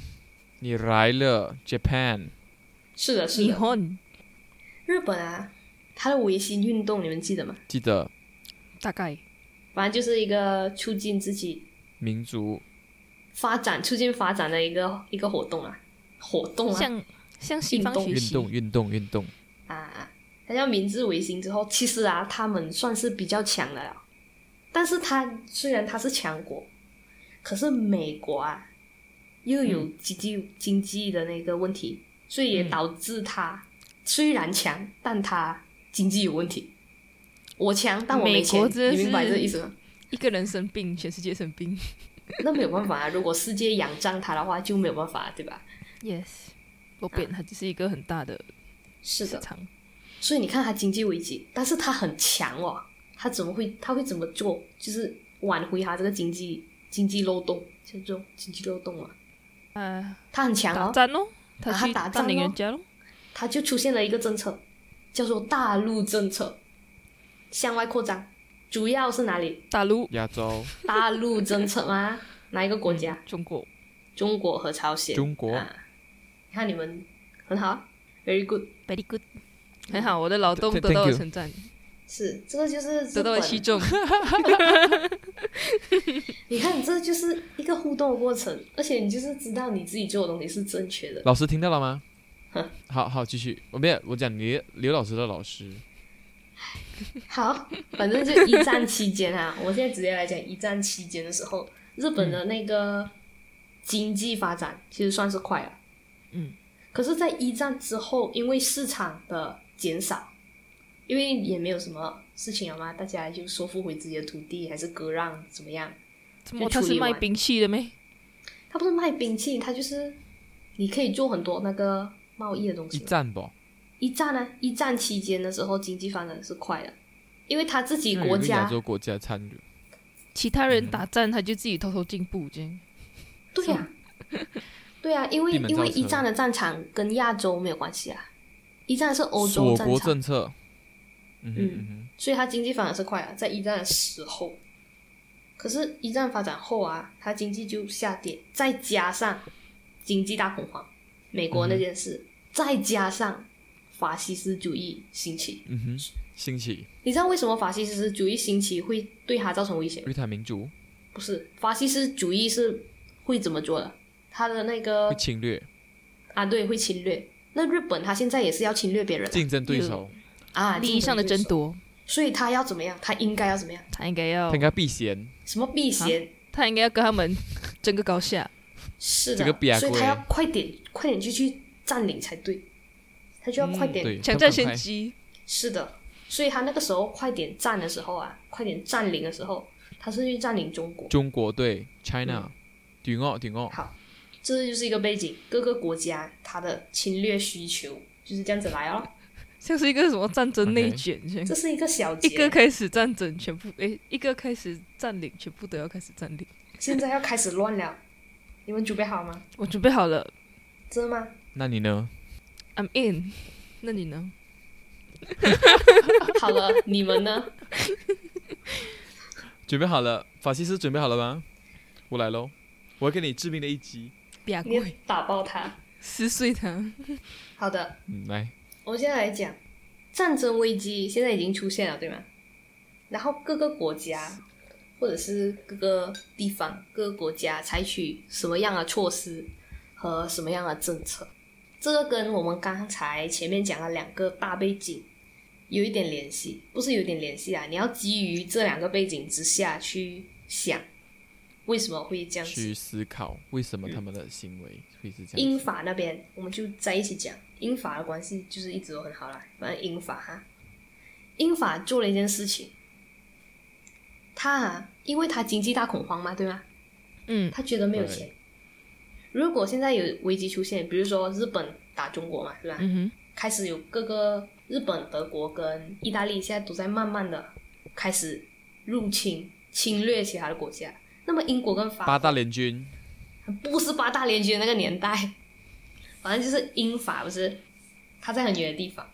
[SPEAKER 2] 你来了，Japan！
[SPEAKER 3] 是的，是
[SPEAKER 1] 你
[SPEAKER 3] 的，
[SPEAKER 1] 혼
[SPEAKER 3] 日本啊，它的维新运动你们记得吗？
[SPEAKER 2] 记得
[SPEAKER 1] 大概
[SPEAKER 3] 反正就是一个促进自己
[SPEAKER 2] 民族
[SPEAKER 3] 发展、促进发展的一个一个活动啊，活动啊
[SPEAKER 1] 向向西方
[SPEAKER 3] 运动
[SPEAKER 1] 学
[SPEAKER 2] 运
[SPEAKER 1] 习，
[SPEAKER 2] 动，运动，运动。
[SPEAKER 3] 啊啊！它叫明治维新之后，其实啊，他们算是比较强的了。但是它虽然它是强国，可是美国啊又有经济、经济的那个问题，所以也导致
[SPEAKER 1] 嗯
[SPEAKER 3] 它、虽然强，但它经济有问题。我强，但我没
[SPEAKER 1] 美，
[SPEAKER 3] 钱
[SPEAKER 1] 国真
[SPEAKER 3] 你明白
[SPEAKER 1] 是
[SPEAKER 3] 这意思吗？
[SPEAKER 1] 一个人生病，全世界生病。
[SPEAKER 3] 那没有办法啊，如果世界仰仗它的话，就没有办法、对吧？
[SPEAKER 1] Yes，罗扁它就是一个很大的
[SPEAKER 3] 啊是
[SPEAKER 1] 市场。
[SPEAKER 3] 所以你看他经济危机，但是他很强哦，他怎么会他会怎么做？就是挽回他这个经济经济漏洞，就这种经济漏洞嘛。
[SPEAKER 1] 啊，
[SPEAKER 3] 他很强
[SPEAKER 1] 打
[SPEAKER 3] 哦，
[SPEAKER 1] 战咯，
[SPEAKER 3] 啊
[SPEAKER 1] 他去
[SPEAKER 3] 打
[SPEAKER 1] 占
[SPEAKER 3] 仗
[SPEAKER 1] 领
[SPEAKER 3] 咯
[SPEAKER 1] 人家咯。
[SPEAKER 3] 他就出现了一个政策，叫做大陆政策，向外扩张，主要是哪里？
[SPEAKER 1] 大陆、
[SPEAKER 2] 亚洲、
[SPEAKER 3] 大陆政策吗？ 哪一个国家？
[SPEAKER 1] 中国，
[SPEAKER 3] 中国和朝鲜。
[SPEAKER 2] 中国，
[SPEAKER 3] 啊，你看你们很好啊，very good。
[SPEAKER 1] Very good，很好，我的劳动
[SPEAKER 2] Th-
[SPEAKER 1] 得
[SPEAKER 2] thank
[SPEAKER 1] 到了
[SPEAKER 2] you
[SPEAKER 1] 称赞，
[SPEAKER 3] 是，这个就是日
[SPEAKER 1] 得到了
[SPEAKER 3] 本
[SPEAKER 1] 器重。
[SPEAKER 3] 你看，这就是一个互动的过程，而且你就是知道你自己做的东西是正确的。
[SPEAKER 2] 老师听到了吗？好好，继续。我没有，我讲刘刘老师的老师。
[SPEAKER 3] 好，反正就一战期间啊， 我现在直接来讲一战期间的时候，日本的那个经济发展其实算是快了。
[SPEAKER 1] 嗯。
[SPEAKER 3] 可是，在一战之后，因为市场的减少，因为也没有什么事情了嘛，大家就收复回自己的土地，还是割让怎么样？
[SPEAKER 1] 怎么他是卖兵器的咩？
[SPEAKER 3] 他不是卖兵器，他就是你可以做很多那个贸易的东西
[SPEAKER 2] 一
[SPEAKER 3] 嘛。
[SPEAKER 2] 战不？
[SPEAKER 3] 一战呢、一战期间的时候，经济发展是快的，因为他自己
[SPEAKER 2] 那有
[SPEAKER 3] 国
[SPEAKER 2] 一个
[SPEAKER 3] 家
[SPEAKER 2] 亚洲国家参与。
[SPEAKER 1] 其他人打战，他就自己偷偷进步，这样
[SPEAKER 3] 对 呀、对呀、因为
[SPEAKER 2] 闭门造
[SPEAKER 3] 因
[SPEAKER 2] 车
[SPEAKER 3] 为一战的战场跟亚洲没有关系啊，一战是欧洲
[SPEAKER 2] 锁
[SPEAKER 3] 战
[SPEAKER 2] 国
[SPEAKER 3] 场，
[SPEAKER 2] 政策。嗯哼嗯哼，
[SPEAKER 3] 所以它经济发展是快啊，在一战的时候。可是，一战发展后啊，它经济就下跌，再加上经济大恐慌，美国
[SPEAKER 2] 嗯
[SPEAKER 3] 那件事，再加上法西斯主义兴起。
[SPEAKER 2] 嗯哼，兴起，
[SPEAKER 3] 你知道为什么法西斯主义兴起会对它造成威胁吗
[SPEAKER 2] 因？为他民族
[SPEAKER 3] 不是，法西斯主义是会怎么做的？他的那个
[SPEAKER 2] 会侵略
[SPEAKER 3] 啊，对，会侵略。那日本他现在也是要侵略别人啊
[SPEAKER 2] 竞争对手，
[SPEAKER 3] 啊，
[SPEAKER 1] 利益上的争
[SPEAKER 3] 竞争对手，
[SPEAKER 1] 夺，
[SPEAKER 3] 所以他要怎么样？他应该要怎么样？
[SPEAKER 1] 他应该要
[SPEAKER 2] 他应该避嫌。
[SPEAKER 3] 什么避嫌？
[SPEAKER 1] 他应该要跟他们争个高下。
[SPEAKER 3] 是
[SPEAKER 2] 这
[SPEAKER 3] 的
[SPEAKER 2] 个，比亚
[SPEAKER 3] 所以
[SPEAKER 2] 龟
[SPEAKER 3] 他要快点，快点就去占领才对，他就要快点。
[SPEAKER 2] 嗯对，
[SPEAKER 1] 抢
[SPEAKER 2] 他
[SPEAKER 1] 占
[SPEAKER 2] 不
[SPEAKER 1] 先
[SPEAKER 2] 开
[SPEAKER 1] 机，
[SPEAKER 3] 是的，所以他那个时候快点占的时候啊，快点占领的时候，他是去占领中国。
[SPEAKER 2] 中国队
[SPEAKER 3] 嗯
[SPEAKER 2] China，对哦对哦，
[SPEAKER 3] 好，这就是一个背景，各个国家它的侵略需求就是这样子来哦。
[SPEAKER 1] 像是一个什么战争内
[SPEAKER 2] OK
[SPEAKER 1] 卷这样
[SPEAKER 3] 这。是一个小节，
[SPEAKER 1] 一个开始战争，全部诶，一个开始占领，全部都要开始占领。
[SPEAKER 3] 现在要开始乱了，你们准备好吗？
[SPEAKER 1] 我准备好了
[SPEAKER 3] 真的吗？
[SPEAKER 2] 那你呢？
[SPEAKER 1] ，I'm in。那你呢？
[SPEAKER 3] 好了，你们呢？
[SPEAKER 2] 准备好了，法西斯准备好了吗？我来喽，我要给你致命的一击。
[SPEAKER 1] 俩
[SPEAKER 3] 你要
[SPEAKER 1] 鬼
[SPEAKER 3] 打爆他。
[SPEAKER 1] 撕碎它。
[SPEAKER 3] 好的，
[SPEAKER 2] 嗯，来，
[SPEAKER 3] 我们现在来讲战争危机，现在已经出现了，对吗？然后各个国家或者是各个地方、各个国家采取什么样的措施和什么样的政策，这个跟我们刚才前面讲的两个大背景有一点联系，不是有点联系啊？你要基于这两个背景之下去想，为什么会这样子
[SPEAKER 2] 去？思考为什么他们的行为会是这样
[SPEAKER 3] 英
[SPEAKER 2] 子。
[SPEAKER 3] 法那边我们就在一起讲，英法的关系就是一直都很好啦。反正英法哈，英法做了一件事情，他啊，因为他经济大恐慌嘛，对吗？
[SPEAKER 1] 嗯，
[SPEAKER 3] 他觉得没有
[SPEAKER 2] 对
[SPEAKER 3] 钱。如果现在有危机出现，比如说日本打中国嘛，对吧？
[SPEAKER 1] 嗯
[SPEAKER 3] 开始有各个日本、德国跟意大利现在都在慢慢的开始入侵、侵略其他的国家。那么英国跟法国
[SPEAKER 2] 八大联军
[SPEAKER 3] 不是八大联军的那个年代，反正就是英法不是，他在很远的地方，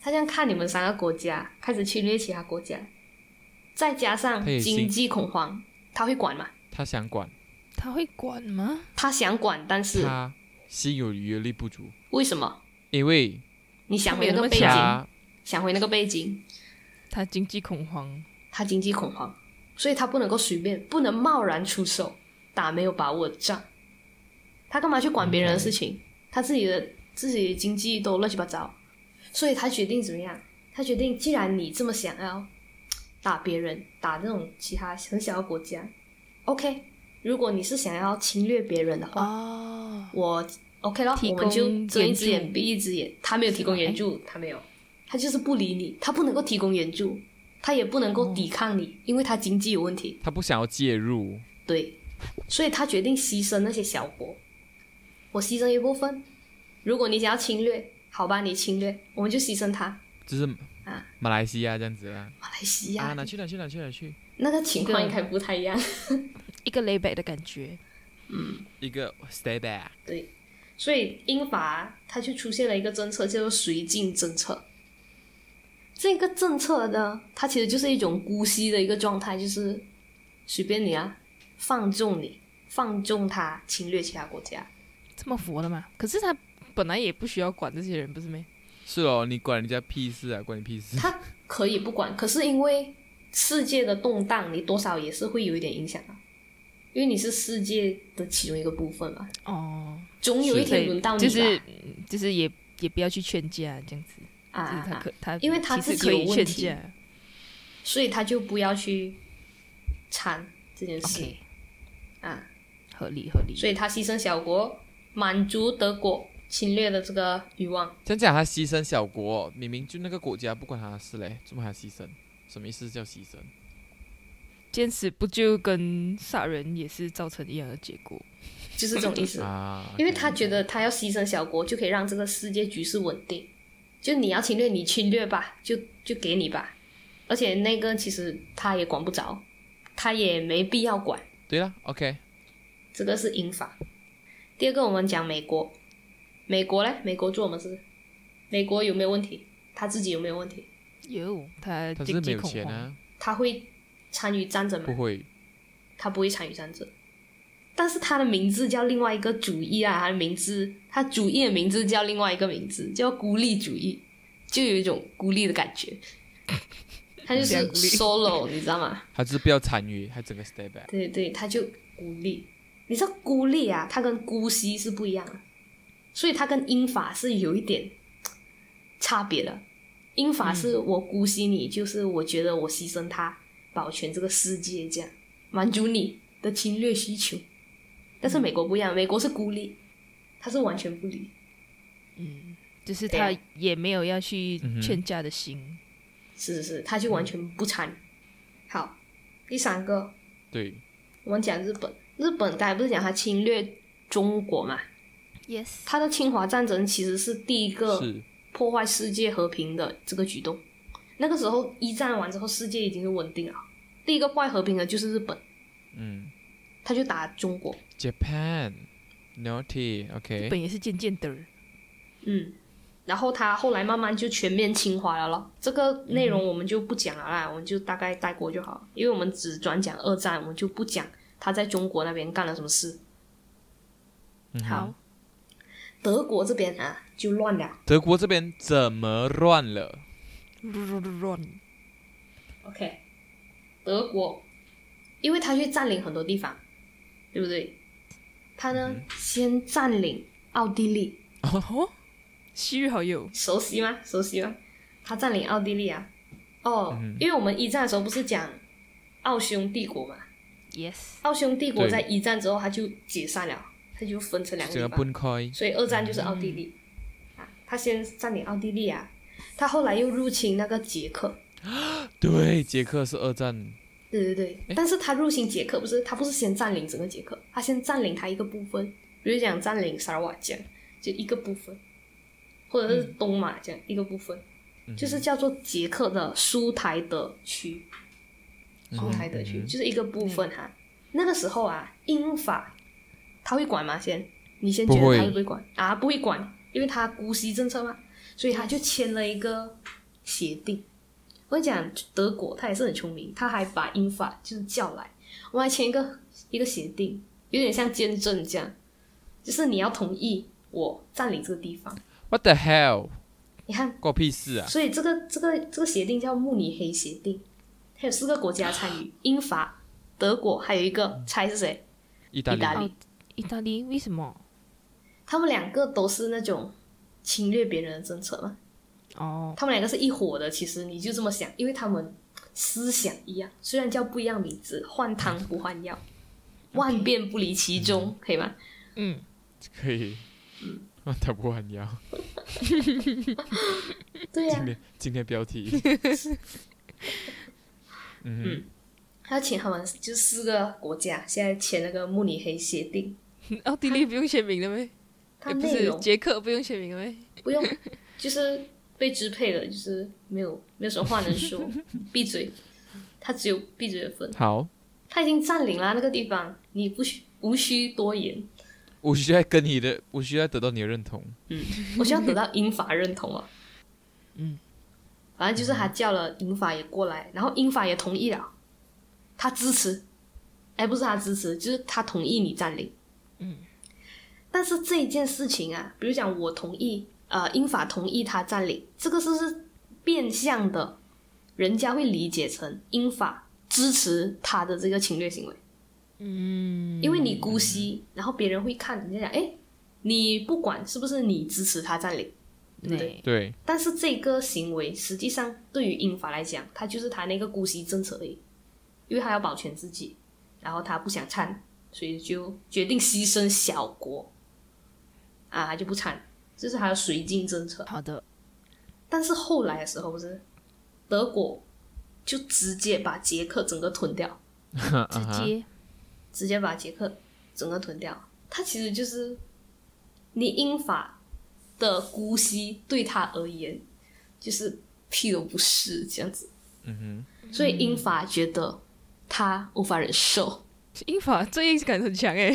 [SPEAKER 3] 他这样看你们三个国家开始侵略其他国家，再加上
[SPEAKER 2] 他也心
[SPEAKER 3] 经济恐慌，他会管吗？
[SPEAKER 2] 他想管，
[SPEAKER 1] 哼，他会管吗？
[SPEAKER 3] 他想管，但是
[SPEAKER 2] 他心有余而力不足，
[SPEAKER 3] 为什么？
[SPEAKER 2] 因为
[SPEAKER 3] 你想回那个
[SPEAKER 1] 他没
[SPEAKER 3] 背
[SPEAKER 1] 有那么
[SPEAKER 3] 景，
[SPEAKER 2] 他
[SPEAKER 3] 想回那个背景，
[SPEAKER 1] 他经济恐慌，
[SPEAKER 3] 他经济恐慌，所以他不能够随便，不能贸然出手打没有把握的仗。他干嘛去管别人的事情？他自己的自己的经济都乱七八糟，所以他决定怎么样？他决定，既然你这么想要打别人，打这种其他很小的国家，OK。如果你是想要侵略别人的话，
[SPEAKER 1] 哦，
[SPEAKER 3] 我 OK 了，
[SPEAKER 1] 提
[SPEAKER 3] 我们就
[SPEAKER 1] 供
[SPEAKER 3] 睁一
[SPEAKER 1] 援
[SPEAKER 3] 只
[SPEAKER 1] 助
[SPEAKER 3] 眼闭一只眼。他没有提供援助，他没有，他就是不理你，他不能够提供援助，他也不能够抵抗
[SPEAKER 1] 哦
[SPEAKER 3] 你，因为他经济有问题。
[SPEAKER 2] 他不想要介入，
[SPEAKER 3] 对，所以他决定牺牲那些小国，我牺牲一部分。如果你想要侵略，好吧，你侵略，我们就牺牲他。
[SPEAKER 2] 就是
[SPEAKER 3] 啊
[SPEAKER 2] 马来西亚这样子啦。
[SPEAKER 3] 马来西
[SPEAKER 2] 啊，
[SPEAKER 3] 亚、
[SPEAKER 2] 哪去哪去哪去哪去？
[SPEAKER 3] 那个情况
[SPEAKER 1] 对
[SPEAKER 3] 应该不太一样，
[SPEAKER 1] 一个 layback 的感觉，
[SPEAKER 2] 一个 stay back，
[SPEAKER 3] 对，所以英法它就出现了一个政策，叫做绥靖政策。这个政策呢，它其实就是一种姑息的一个状态，就是随便你啊，放纵你，放纵他侵略其他国家。
[SPEAKER 1] 这么佛的嘛？可是他本来也不需要管这些人，不是咩？
[SPEAKER 2] 是哦，你管人家屁事啊，关你屁事。
[SPEAKER 3] 他可以不管，可是因为世界的动荡，你多少也是会有一点影响的，啊因为你是世界的其中一个部分嘛，
[SPEAKER 1] 哦，
[SPEAKER 3] 总有一
[SPEAKER 1] 所
[SPEAKER 3] 天
[SPEAKER 1] 以
[SPEAKER 3] 轮到你
[SPEAKER 1] 就
[SPEAKER 3] 吧。
[SPEAKER 1] 是嗯就是也也不要去劝架这样子，
[SPEAKER 3] 啊
[SPEAKER 1] 就
[SPEAKER 3] 啊
[SPEAKER 1] 是他
[SPEAKER 3] 啊
[SPEAKER 1] 可他
[SPEAKER 3] 因为他
[SPEAKER 1] 其实
[SPEAKER 3] 自己
[SPEAKER 1] 可
[SPEAKER 3] 有
[SPEAKER 1] 以
[SPEAKER 3] 问
[SPEAKER 1] 劝
[SPEAKER 3] 题
[SPEAKER 1] 架，
[SPEAKER 3] 所以他就不要去掺这件事
[SPEAKER 1] OK
[SPEAKER 3] 啊。
[SPEAKER 1] 合理合理。
[SPEAKER 3] 所以他牺牲小国，满足德国侵略的这个欲望。
[SPEAKER 2] 真讲他牺牲小国，明明就那个国家不关他的事嘞，怎么还牺牲？什么意思叫牺牲？
[SPEAKER 1] 坚持不就跟杀人也是造成一样的结果？
[SPEAKER 3] 就是这种意思。
[SPEAKER 2] 啊，
[SPEAKER 3] 因为他觉
[SPEAKER 2] 得
[SPEAKER 3] 得他要牺牲小国，就可以让这个世界局势稳定。就你要侵略，你侵略吧，就就给你吧。而且那个其实他也管不着，他也没必要管。
[SPEAKER 2] 对啦 o k
[SPEAKER 3] 这个是英法。第二个，我们讲美国，美国嘞，美国做我们是，美国有没有问题？他自己有没有问题？
[SPEAKER 1] 有他
[SPEAKER 2] 他
[SPEAKER 1] 经
[SPEAKER 2] 是没
[SPEAKER 1] 济
[SPEAKER 2] 有
[SPEAKER 1] 恐
[SPEAKER 2] 钱
[SPEAKER 1] 慌，
[SPEAKER 2] 啊，
[SPEAKER 3] 他会参与战争吗
[SPEAKER 2] 不？会，
[SPEAKER 3] 他不会参与战争。但是他的名字叫另外一个主义啊，他的名字，他主义的名字叫另外一个名字，叫孤立主义，就有一种孤立的感觉。他就是
[SPEAKER 1] 两孤立
[SPEAKER 3] solo，你知道吗？
[SPEAKER 2] 他就是不要参与，他整个 stay back。
[SPEAKER 3] 对对，他就孤立。你知道孤立啊，它跟姑息是不一样的，所以它跟英法是有一点差别的。英法是我姑息你，就是我觉得我牺牲它，保全这个世界，这样满足你的侵略需求。但是美国不一样，美国是孤立，它是完全不理。
[SPEAKER 1] 就是
[SPEAKER 3] 对啊
[SPEAKER 1] 他也没有要去
[SPEAKER 2] 嗯哼
[SPEAKER 1] 劝架的心。
[SPEAKER 3] 是是是，他就完全不参与。好，第三个，
[SPEAKER 2] 对，
[SPEAKER 3] 我们讲日本，日本刚才不是讲它侵略中国嘛？
[SPEAKER 1] Yes，
[SPEAKER 3] 他的侵华战争其实是第一个
[SPEAKER 2] 是
[SPEAKER 3] 破坏世界和平的这个举动。那个时候一战完之后，世界已经是稳定了。第一个破坏和平的就是日本，
[SPEAKER 2] 嗯
[SPEAKER 3] 他就打中国。
[SPEAKER 2] ，Japan naughty
[SPEAKER 1] 日
[SPEAKER 2] OK，
[SPEAKER 1] 本也是渐渐的，
[SPEAKER 3] 嗯，然后他后来慢慢就全面侵华了咯。这个内容我们就不讲了啦，我们就大概带过就好了，因为我们只专讲二战，我们就不讲他在中国那边干了什么事。
[SPEAKER 2] 嗯哼
[SPEAKER 1] 好，
[SPEAKER 3] 德国这边啊就乱了。
[SPEAKER 2] 德国这边怎么乱了？
[SPEAKER 1] 乱
[SPEAKER 3] OK，德国，因为他去占领很多地方，对不对？他呢，先占领奥地利，
[SPEAKER 1] 哦，西域好友，
[SPEAKER 3] 熟悉吗？熟悉吗？他占领奥地利啊。哦，因为我们一战的时候不是讲奥匈帝国嘛？
[SPEAKER 1] Yes，
[SPEAKER 3] 奥匈帝国
[SPEAKER 2] 对
[SPEAKER 3] 在一战之后它就解散了，它就分成两个
[SPEAKER 2] 整
[SPEAKER 3] 地
[SPEAKER 2] 个
[SPEAKER 3] 方，
[SPEAKER 2] 分开。
[SPEAKER 3] 所以二战就是奥地利、啊。他先占领奥地利啊，他后来又入侵那个捷克。
[SPEAKER 2] 对，捷克是二战，
[SPEAKER 3] 对对对，但是他入侵捷克不是，他不是先占领整个捷克，他先占领他一个部分，比如讲占领萨尔瓦这样，就一个部分，或者是东马这样、一个部分，就是叫做捷克的苏台德区，
[SPEAKER 2] 嗯
[SPEAKER 3] 苏台德区、就是一个部分哈、那个时候啊，英法他会管吗？先，你先觉得
[SPEAKER 2] 不会
[SPEAKER 3] 他会不会管啊？不会管，因为他姑息政策嘛，所以他就签了一个协定。我讲德国，他也是很聪明，他还把英法就是叫来，我还签一个一个协定，有点像见证这样，就是你要同意我占领这个地方。
[SPEAKER 2] What the hell？
[SPEAKER 3] 你看，
[SPEAKER 2] 关我屁事啊！
[SPEAKER 3] 所以这个这个这个协定叫慕尼黑协定，还有四个国家参与，英法、德国，还有一个猜是谁？
[SPEAKER 2] 意大
[SPEAKER 3] 意大
[SPEAKER 2] 利
[SPEAKER 3] 利
[SPEAKER 1] 意大利为什么？
[SPEAKER 3] 他们两个都是那种侵略别人的政策嘛，
[SPEAKER 1] 哦，
[SPEAKER 3] 他们两个是一伙的，其实你就这么想，因为他们思想一样，虽然叫不一样名字，换汤不换药，万变不离其宗，可以吗？
[SPEAKER 1] 嗯，
[SPEAKER 2] 可以。
[SPEAKER 3] 嗯
[SPEAKER 2] 我打不完腰，
[SPEAKER 3] 对啊呀、
[SPEAKER 2] 今天今天标 题，嗯
[SPEAKER 3] 他请他们就四个国家现在签那个慕尼黑协定，
[SPEAKER 1] 奥地哦利不用签名的呗？
[SPEAKER 3] 它
[SPEAKER 1] 诶不
[SPEAKER 3] 内
[SPEAKER 1] 是
[SPEAKER 3] 容
[SPEAKER 1] 捷克不用签名的呗？
[SPEAKER 3] 不用，就是被支配了，就是没有没有什么话能说，闭嘴，他只有闭嘴的份，
[SPEAKER 2] 哼，好，
[SPEAKER 3] 他已经占领了那个地方，你不需无需多言。
[SPEAKER 2] 我需要跟你的，我需要得到你的认同。
[SPEAKER 3] 我需要得到英法认同啊。
[SPEAKER 1] 嗯，
[SPEAKER 3] 反正就是他叫了英法也过来，然后英法也同意了，他支持，哎，不是他支持，就是他同意你占领。
[SPEAKER 1] 嗯，
[SPEAKER 3] 但是这一件事情啊，比如讲我同意，呃，英法同意他占领，这个是不是变相的，人家会理解成英法支持他的这个侵略行为。
[SPEAKER 1] 嗯，
[SPEAKER 3] 因为你姑息，然后别人会看，人家讲，哎，你不管是不是你支持他占领，对不对？
[SPEAKER 1] 对，
[SPEAKER 2] 对，
[SPEAKER 3] 但是这个行为实际上对于英法来讲，他就是他那个姑息政策而已，因为他要保全自己，然后他不想参，所以就决定牺牲小国，啊，他就不参，这是他的绥靖政策。
[SPEAKER 1] 好的，
[SPEAKER 3] 但是后来的时候，不是德国就直接把捷克整个吞掉，啊
[SPEAKER 1] 直
[SPEAKER 2] 嗯
[SPEAKER 1] 接
[SPEAKER 3] 直接把捷克整个吞掉。它其实就是你英法的姑息对他而言就是屁都不是这样子，
[SPEAKER 2] 嗯
[SPEAKER 3] 所以英法觉得他无法忍受，
[SPEAKER 1] 英法正义感很强哎，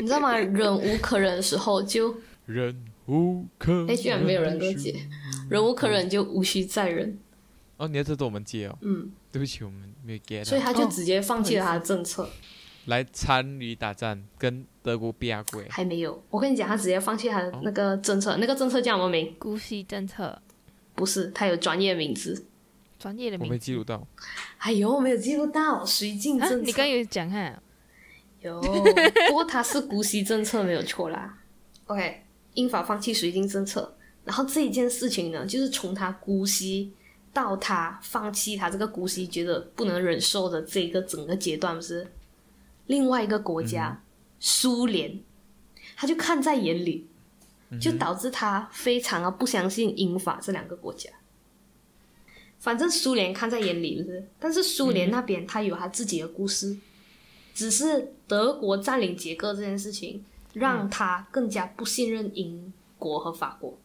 [SPEAKER 3] 你知道吗？忍无可忍的时候就
[SPEAKER 2] 哼，忍无可
[SPEAKER 3] 哎，居然没有人够接，忍无可忍就无需再忍，
[SPEAKER 2] 哦，你要这都我们接哦，
[SPEAKER 3] 嗯，
[SPEAKER 2] 对不起，我们没有 get
[SPEAKER 3] 所以
[SPEAKER 2] 到。
[SPEAKER 3] 他就直接放弃了他的政策。
[SPEAKER 2] 来参与打战，跟德国比亚鬼。
[SPEAKER 3] 还没有，我跟你讲，他直接放弃他的那个政策，那个政策叫什么名？
[SPEAKER 1] 姑息政策，
[SPEAKER 3] 不是，他有专业名字。
[SPEAKER 1] 专业的
[SPEAKER 2] 我
[SPEAKER 1] 名
[SPEAKER 2] 没记录到，
[SPEAKER 3] 哎呦，我没有记录到绥靖
[SPEAKER 1] 啊
[SPEAKER 3] 政策。，
[SPEAKER 1] 你刚有讲啊哈，
[SPEAKER 3] 有， 不过它是姑息政策没有错啦。OK，英法放弃绥靖政策，然后这一件事情呢，就是从他姑息到他放弃他这个姑息，觉得不能忍受的这个整个阶段，不是另外一个国家、苏联，他就看在眼里，
[SPEAKER 2] 嗯
[SPEAKER 3] 就导致他非常的不相信英法这两个国家。反正苏联看在眼里，不是？但是苏联那边他有他自己的故事，只是德国占领捷克这件事情，让他更加不信任英国和法国。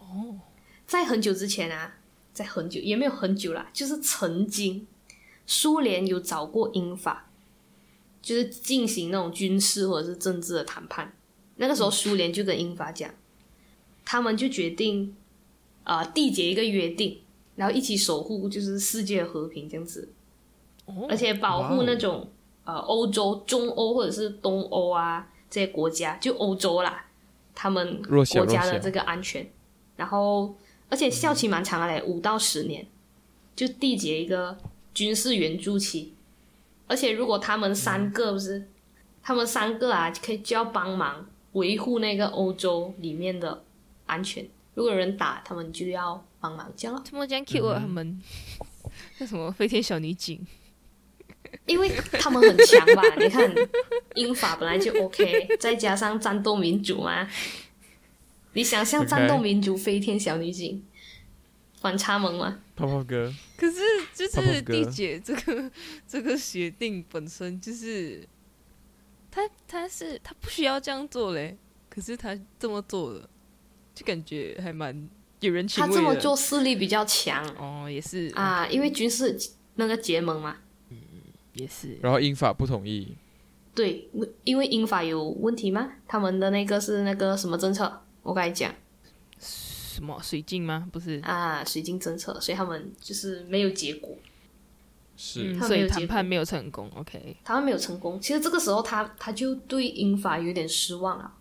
[SPEAKER 1] 哦，
[SPEAKER 3] 在很久之前啊，在很久也没有很久啦，就是曾经苏联有找过英法，就是进行那种军事或者是政治的谈判。那个时候苏联就跟英法讲，他们就决定呃缔结一个约定，然后一起守护就是世界和平这样子。
[SPEAKER 1] 哦
[SPEAKER 3] 而且保
[SPEAKER 2] 哇
[SPEAKER 3] 护
[SPEAKER 2] 哦
[SPEAKER 3] 那种、呃欧洲、中欧或者是东欧啊这些国家，就欧洲啦，他们
[SPEAKER 2] 弱小
[SPEAKER 3] 国家
[SPEAKER 2] 弱
[SPEAKER 3] 的
[SPEAKER 2] 小
[SPEAKER 3] 这个安全。然后，而且效期蛮长的嘞，五到十年，就缔结一个军事援助期。而且如果他们三个不是，他们三个啊，可以就要帮忙维护那个欧洲里面的安全。如果有人打，他们就要帮忙，这样咯。
[SPEAKER 1] 他们这样
[SPEAKER 3] 嗯
[SPEAKER 1] Q 啊，他 们叫什么飞天小女警？
[SPEAKER 3] 因为他们很强吧？ 你看，英法本来就 OK，再加上战斗民族嘛，你想象
[SPEAKER 2] OK
[SPEAKER 3] 战斗民族飞天小女警，反差萌嘛？
[SPEAKER 2] 泡泡哥，
[SPEAKER 1] 可是就
[SPEAKER 2] 泡泡
[SPEAKER 1] 是
[SPEAKER 2] 哥
[SPEAKER 1] 地姐这个 这个协定本身就是，他他是他不需要这样做嘞，可是他这么做了，就感觉还蛮有人情
[SPEAKER 3] 他
[SPEAKER 1] 味的。
[SPEAKER 3] 这么做势力比较强
[SPEAKER 1] 哦，也是，
[SPEAKER 3] 啊，因为军事那个结盟嘛。
[SPEAKER 1] 也是，
[SPEAKER 2] 然后英法不同意，
[SPEAKER 3] 对，因为英法有问题吗？他们的那个是那个什么政策？我刚才讲
[SPEAKER 1] 什么水晶吗？不是，
[SPEAKER 3] 啊，水晶政策，所以他们就是没有结果，
[SPEAKER 2] 是
[SPEAKER 1] 嗯，
[SPEAKER 3] 他
[SPEAKER 1] 所
[SPEAKER 3] 没有
[SPEAKER 1] 以
[SPEAKER 3] 结
[SPEAKER 1] 谈
[SPEAKER 3] 果
[SPEAKER 1] 判没有成功。OK，
[SPEAKER 3] 他们没有成功。其实这个时候他他就对英法有点失望啊，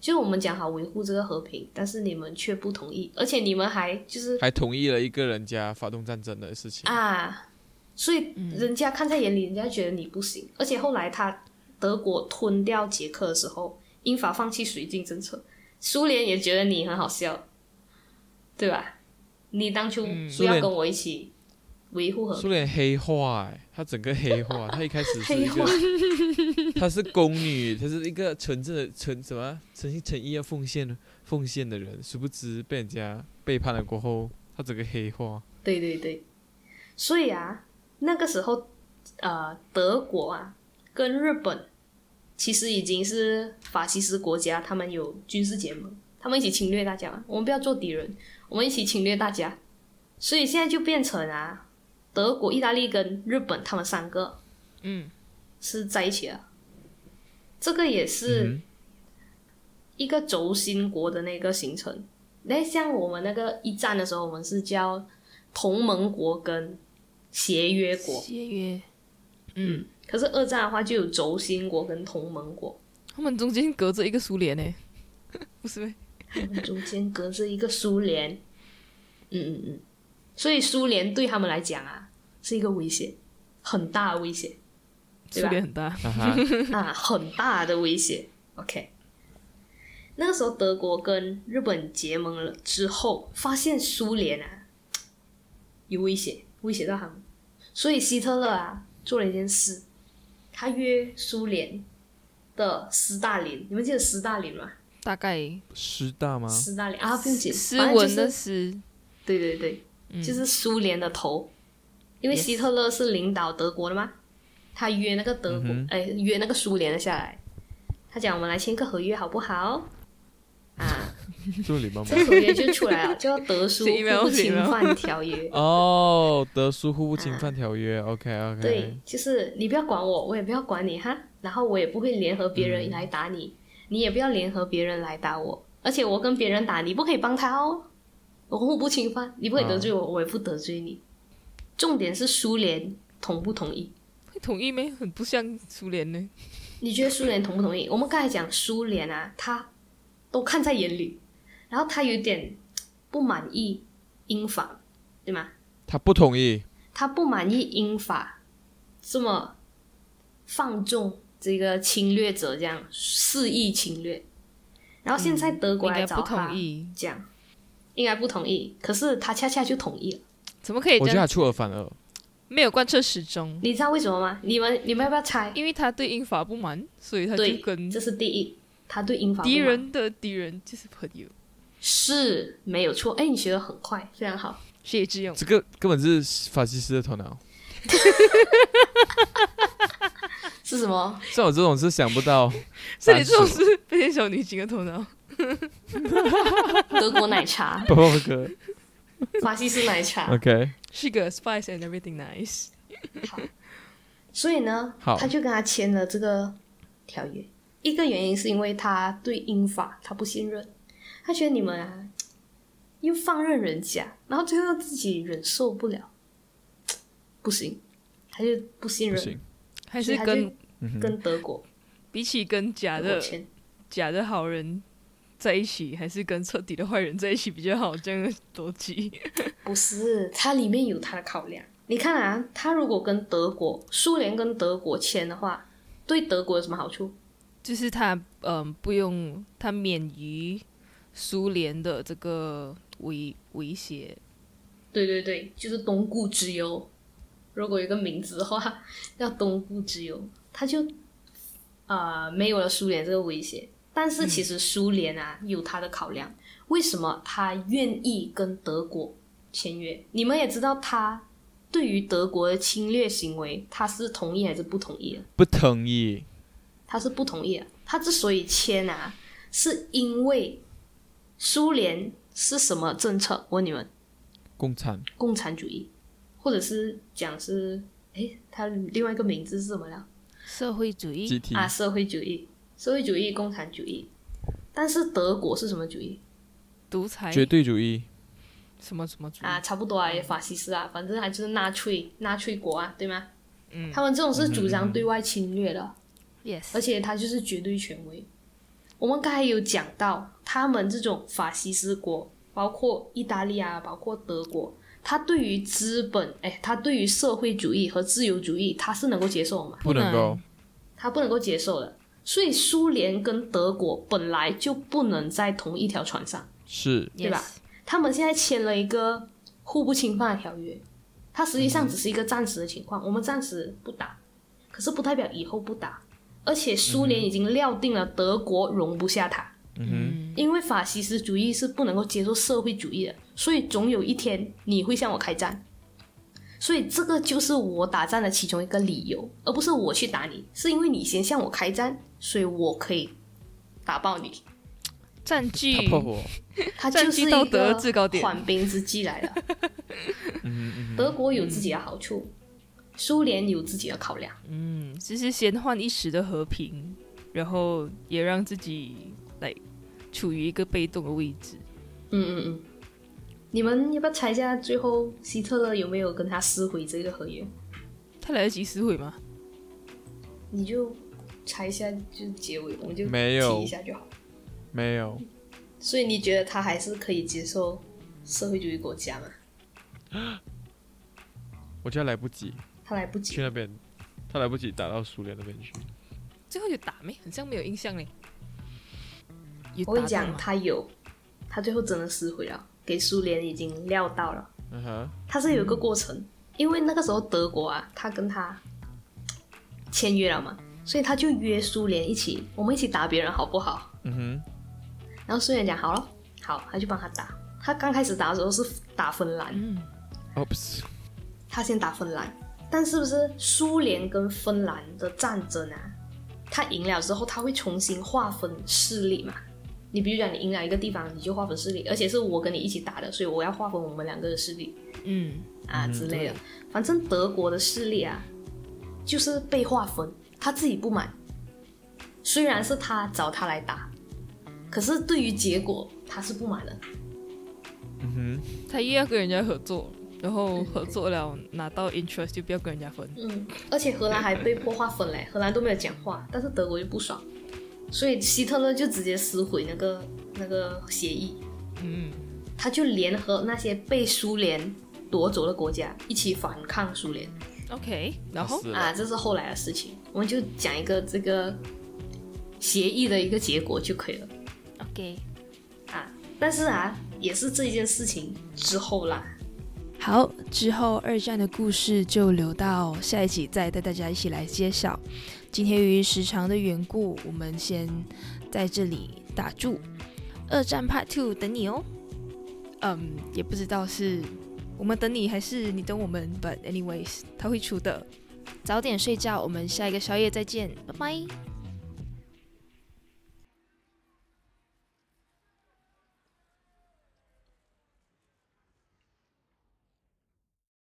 [SPEAKER 3] 就是我们讲好维护这个和平，但是你们却不同意，而且你们还就是
[SPEAKER 2] 还同意了一个人家发动战争的事情。
[SPEAKER 3] 啊，所以人家看在眼里，人家觉得你不行。而且后来他德国吞掉捷克的时候，英法放弃绥靖政策，苏联也觉得你很好笑，对吧？你当初
[SPEAKER 2] 嗯苏
[SPEAKER 3] 不要
[SPEAKER 2] 联
[SPEAKER 3] 跟我一起维护和平，
[SPEAKER 2] 苏联黑化、欸，他整个黑 化，他一开始是一
[SPEAKER 3] 黑
[SPEAKER 2] 个，她是宫女，她是一个纯正的纯什么诚心诚意要奉献奉献的人，殊不知被人家背叛了过后，她整个黑化。
[SPEAKER 3] 对对对，所以啊，那个时候，呃，德国啊跟日本其实已经是法西斯国家，他们有军事结盟，他们一起侵略大家嘛，我们不要做敌人，我们一起侵略大家，所以现在就变成啊，德国、意大利跟日本他们三个
[SPEAKER 1] 嗯，
[SPEAKER 3] 是在一起了，这个也是。
[SPEAKER 2] 嗯
[SPEAKER 3] 一个轴心国的那个形成。那像我们那个一战的时候，我们是叫同盟国跟协约国，
[SPEAKER 1] 协约，嗯，
[SPEAKER 3] 可是二战的话就有轴心国跟同盟国，
[SPEAKER 1] 他们中间隔着一个苏联呢， 不是呗？
[SPEAKER 3] 他们中间隔着一个苏联。嗯嗯嗯，所以苏联对他们来讲啊是一个威胁，很大的威胁。
[SPEAKER 1] 苏
[SPEAKER 3] 对吧
[SPEAKER 1] 联很大，
[SPEAKER 2] 啊哈，
[SPEAKER 3] 啊，很大的威胁。OK，那个时候德国跟日本结盟了之后，发现苏联啊有威胁，威胁到他们，所以希特勒啊做了一件事，他约苏联的斯大林，你们记得斯大林吗？
[SPEAKER 1] 大概
[SPEAKER 2] 师大 吗？
[SPEAKER 3] 斯大林啊，并且
[SPEAKER 1] 斯
[SPEAKER 3] 反正就
[SPEAKER 1] 文
[SPEAKER 3] 是
[SPEAKER 1] 的斯，
[SPEAKER 3] 对对对，就是苏联的头，因为
[SPEAKER 1] Yes
[SPEAKER 3] 希特勒是领导德国的嘛，他约那个德国
[SPEAKER 2] 嗯哼，
[SPEAKER 3] 哎、约那个苏联的下来，他讲我们来签个合约好不好？啊，
[SPEAKER 2] 这么礼貌吗
[SPEAKER 3] 这？合约就出来了，叫德苏
[SPEAKER 1] 是 email，
[SPEAKER 3] 互不
[SPEAKER 1] 是
[SPEAKER 3] 侵
[SPEAKER 1] email
[SPEAKER 3] 犯条约。
[SPEAKER 2] 哦，德苏互不侵犯条约，OK OK，
[SPEAKER 3] 对，就是你不要管我，我也不要管你哈，然后我也不会联合别人来打你，你也不要联合别人来打我，而且我跟别人打，你不可以帮他哦，我互不侵犯，你不可以得罪我，我也不得罪你。重点是苏联同不同意？
[SPEAKER 1] 会同意没？很不像苏联呢。
[SPEAKER 3] 你觉得苏联同不同意？我们刚才讲苏联啊，他都看在眼里，然后他有点不满意英法，对吗？
[SPEAKER 2] 他不同意，
[SPEAKER 3] 他不满意英法这么放纵这个侵略者这样肆意侵略，然后现在德国
[SPEAKER 1] 应
[SPEAKER 3] 来
[SPEAKER 1] 该不
[SPEAKER 3] 找他
[SPEAKER 1] 同意，
[SPEAKER 3] 讲，应该不同意，可是他恰恰就同意了。
[SPEAKER 1] 怎么可以
[SPEAKER 2] 我
[SPEAKER 1] 这
[SPEAKER 2] 觉得他
[SPEAKER 1] 样？
[SPEAKER 2] 出尔反尔。
[SPEAKER 1] 没有贯彻始终，
[SPEAKER 3] 你知道为什么吗？你们你们要不要猜？
[SPEAKER 1] 因为他对英法不满，所以他就
[SPEAKER 3] 对
[SPEAKER 1] 跟
[SPEAKER 3] 这是第一，他对英法不满
[SPEAKER 1] 敌嗯人的敌人就是朋友，
[SPEAKER 3] 是没有错。哎，你学的很快，非常好。
[SPEAKER 1] 谢之勇。
[SPEAKER 2] 这个根本是法西斯的头脑，
[SPEAKER 3] 是什 么？
[SPEAKER 2] 像我这种是想不到
[SPEAKER 1] 这里这种
[SPEAKER 2] 单数，
[SPEAKER 1] 是飞天小女警的头脑，
[SPEAKER 3] 德国奶茶
[SPEAKER 2] 泡泡哥
[SPEAKER 3] 法西斯奶茶。
[SPEAKER 2] ，OK，
[SPEAKER 1] 是个 spice and everything nice。
[SPEAKER 3] 所以呢，
[SPEAKER 2] 好
[SPEAKER 3] 他就跟他签了这个条约。一个原因是因为他对英法他不信任，他觉得你们啊又放任人家，然后最后自己忍受不了，不行，他就不信
[SPEAKER 2] 不
[SPEAKER 3] 任，
[SPEAKER 2] 行，
[SPEAKER 1] 还是
[SPEAKER 3] 所以他就
[SPEAKER 1] 跟
[SPEAKER 2] 嗯哼，
[SPEAKER 3] 跟德国
[SPEAKER 1] 比起跟假
[SPEAKER 3] 德国
[SPEAKER 1] 的
[SPEAKER 3] 签。
[SPEAKER 1] 假的好人在一起，还是跟彻底的坏人在一起比较好，这样的逻辑。
[SPEAKER 3] 不是，它里面有它的考量。你看啊，他如果跟德国、苏联跟德国签的话，对德国有什么好处？
[SPEAKER 1] 就是他嗯不用他免于苏联的这个威威胁，
[SPEAKER 3] 对对对，就是东顾之忧。如果有一个名字的话， 叫东顾之忧，他就啊、呃没有了苏联这个威胁。但是其实苏联啊、有他的考量，为什么他愿意跟德国签约？你们也知道，他对于德国的侵略行为，他是同意还是不同意的？
[SPEAKER 2] 不同意，
[SPEAKER 3] 他是不同意的。他之所以签啊，是因为苏联是什么政策？我问你们。
[SPEAKER 2] 共产
[SPEAKER 3] 共产主义，或者是讲是，诶，它另外一个名字是什么了？
[SPEAKER 1] 社会主义
[SPEAKER 2] 集体
[SPEAKER 3] 啊，社会主义，社会主义、共产主义。但是德国是什么主义
[SPEAKER 1] 独裁
[SPEAKER 2] 绝对主义，
[SPEAKER 1] 什么什么主义，
[SPEAKER 3] 啊？差不多啊，也法西斯啊，反正还就是纳粹纳粹国啊，对吗？
[SPEAKER 1] 嗯
[SPEAKER 3] 他们这种是主张对外侵略的，
[SPEAKER 1] ，yes，
[SPEAKER 3] 而且他就是绝对权威。我们刚才有讲到，他们这种法西斯国，包括意大利啊，包括德国，他对于资本，哎，他对于社会主义和自由主义，他是能够接受的嘛？
[SPEAKER 2] 不能够
[SPEAKER 3] 他不能够接受的。所以苏联跟德国本来就不能在同一条船上，
[SPEAKER 2] 是
[SPEAKER 3] 对吧？他们现在签了一个互不侵犯的条约，它实际上只是一个暂时的情况，我们暂时不打，可是不代表以后不打。而且苏联已经料定了德国容不下他，
[SPEAKER 1] 嗯，
[SPEAKER 3] 因为法西斯主义是不能够接受社会主义的，所以总有一天你会向我开战。所以这个就是我打战的其中一个理由，而不是我去打你，是因为你先向我开战，所以我可以打爆你。
[SPEAKER 1] 占据
[SPEAKER 2] 打破我。
[SPEAKER 3] 它就是
[SPEAKER 1] 战
[SPEAKER 3] 一
[SPEAKER 1] 绩道德
[SPEAKER 3] 个
[SPEAKER 1] 制高点
[SPEAKER 3] 缓兵之计来的。
[SPEAKER 2] 嗯嗯
[SPEAKER 3] 德国有自己的好处，苏联有自己的考量。
[SPEAKER 1] 嗯，就是先换一时的和平，然后也让自己来处于一个被动的位置。
[SPEAKER 3] 嗯嗯嗯。你们要不要猜一下，最后希特勒有没有跟他撕毁这个合约？
[SPEAKER 1] 他来得及撕毁吗？
[SPEAKER 3] 你就猜一下，就是结尾，我们就
[SPEAKER 2] 没有
[SPEAKER 3] 提一下就好。
[SPEAKER 2] 嗯，没有，
[SPEAKER 3] 所以你觉得他还是可以接受社会主义国家吗？
[SPEAKER 2] 我觉得来不及
[SPEAKER 3] 他来不及
[SPEAKER 2] 去，那边，他来不及打到苏联那边去。
[SPEAKER 1] 最后有打没？很像没有印象嘞。有
[SPEAKER 3] 我跟你
[SPEAKER 1] 打到
[SPEAKER 3] 讲，
[SPEAKER 1] 吗
[SPEAKER 3] 他有，他最后真的撕毁了，给苏联已经料到了。
[SPEAKER 2] 嗯哼，
[SPEAKER 3] 它是有一个过程，因为那个时候德国啊，他跟他签约了嘛，所以他就约苏联一起，我们一起打别人好不好？
[SPEAKER 2] 嗯哼，
[SPEAKER 3] 然后苏联讲好了，好，他就帮他打。他刚开始打的时候是打芬兰，
[SPEAKER 1] 嗯，
[SPEAKER 2] 哦不是，
[SPEAKER 3] 他先打芬兰，但是不是苏联跟芬兰的战争啊？他赢了之后，他会重新划分势力嘛？你比如讲，你赢了一个地方，你就划分势力，而且是我跟你一起打的，所以我要划分我们两个的势力。
[SPEAKER 1] 嗯，
[SPEAKER 3] 啊之类的。反正德国的势力啊，就是被划分，他自己不满。虽然是他找他来打，可是对于结果他是不满的。
[SPEAKER 2] 嗯哼，
[SPEAKER 1] 他又要跟人家合作，然后合作了拿到 interest 就不要跟人家分。
[SPEAKER 3] 嗯，而且荷兰还被迫划分嘞，荷兰都没有讲话，但是德国就不爽，所以希特勒就直接撕毁那个那个协议。
[SPEAKER 1] 嗯，
[SPEAKER 3] 他就联合那些被苏联夺走的国家一起反抗苏联。
[SPEAKER 1] OK，然后
[SPEAKER 2] 他死了
[SPEAKER 3] 啊，这是后来的事情，我们就讲一个这个协议的一个结果就可以了
[SPEAKER 1] OK，
[SPEAKER 3] 啊。但是啊，也是这一件事情之后啦，
[SPEAKER 5] 好，之后二战的故事就留到下一集再带大家一起来揭晓。今天由于时长的缘故，我们先在这里打住。二战 Part Two 等你哦。嗯，也不知道是我们等你还是你等我们，But anyways，它会出的。早点睡觉，我们下一个宵夜再见，拜拜。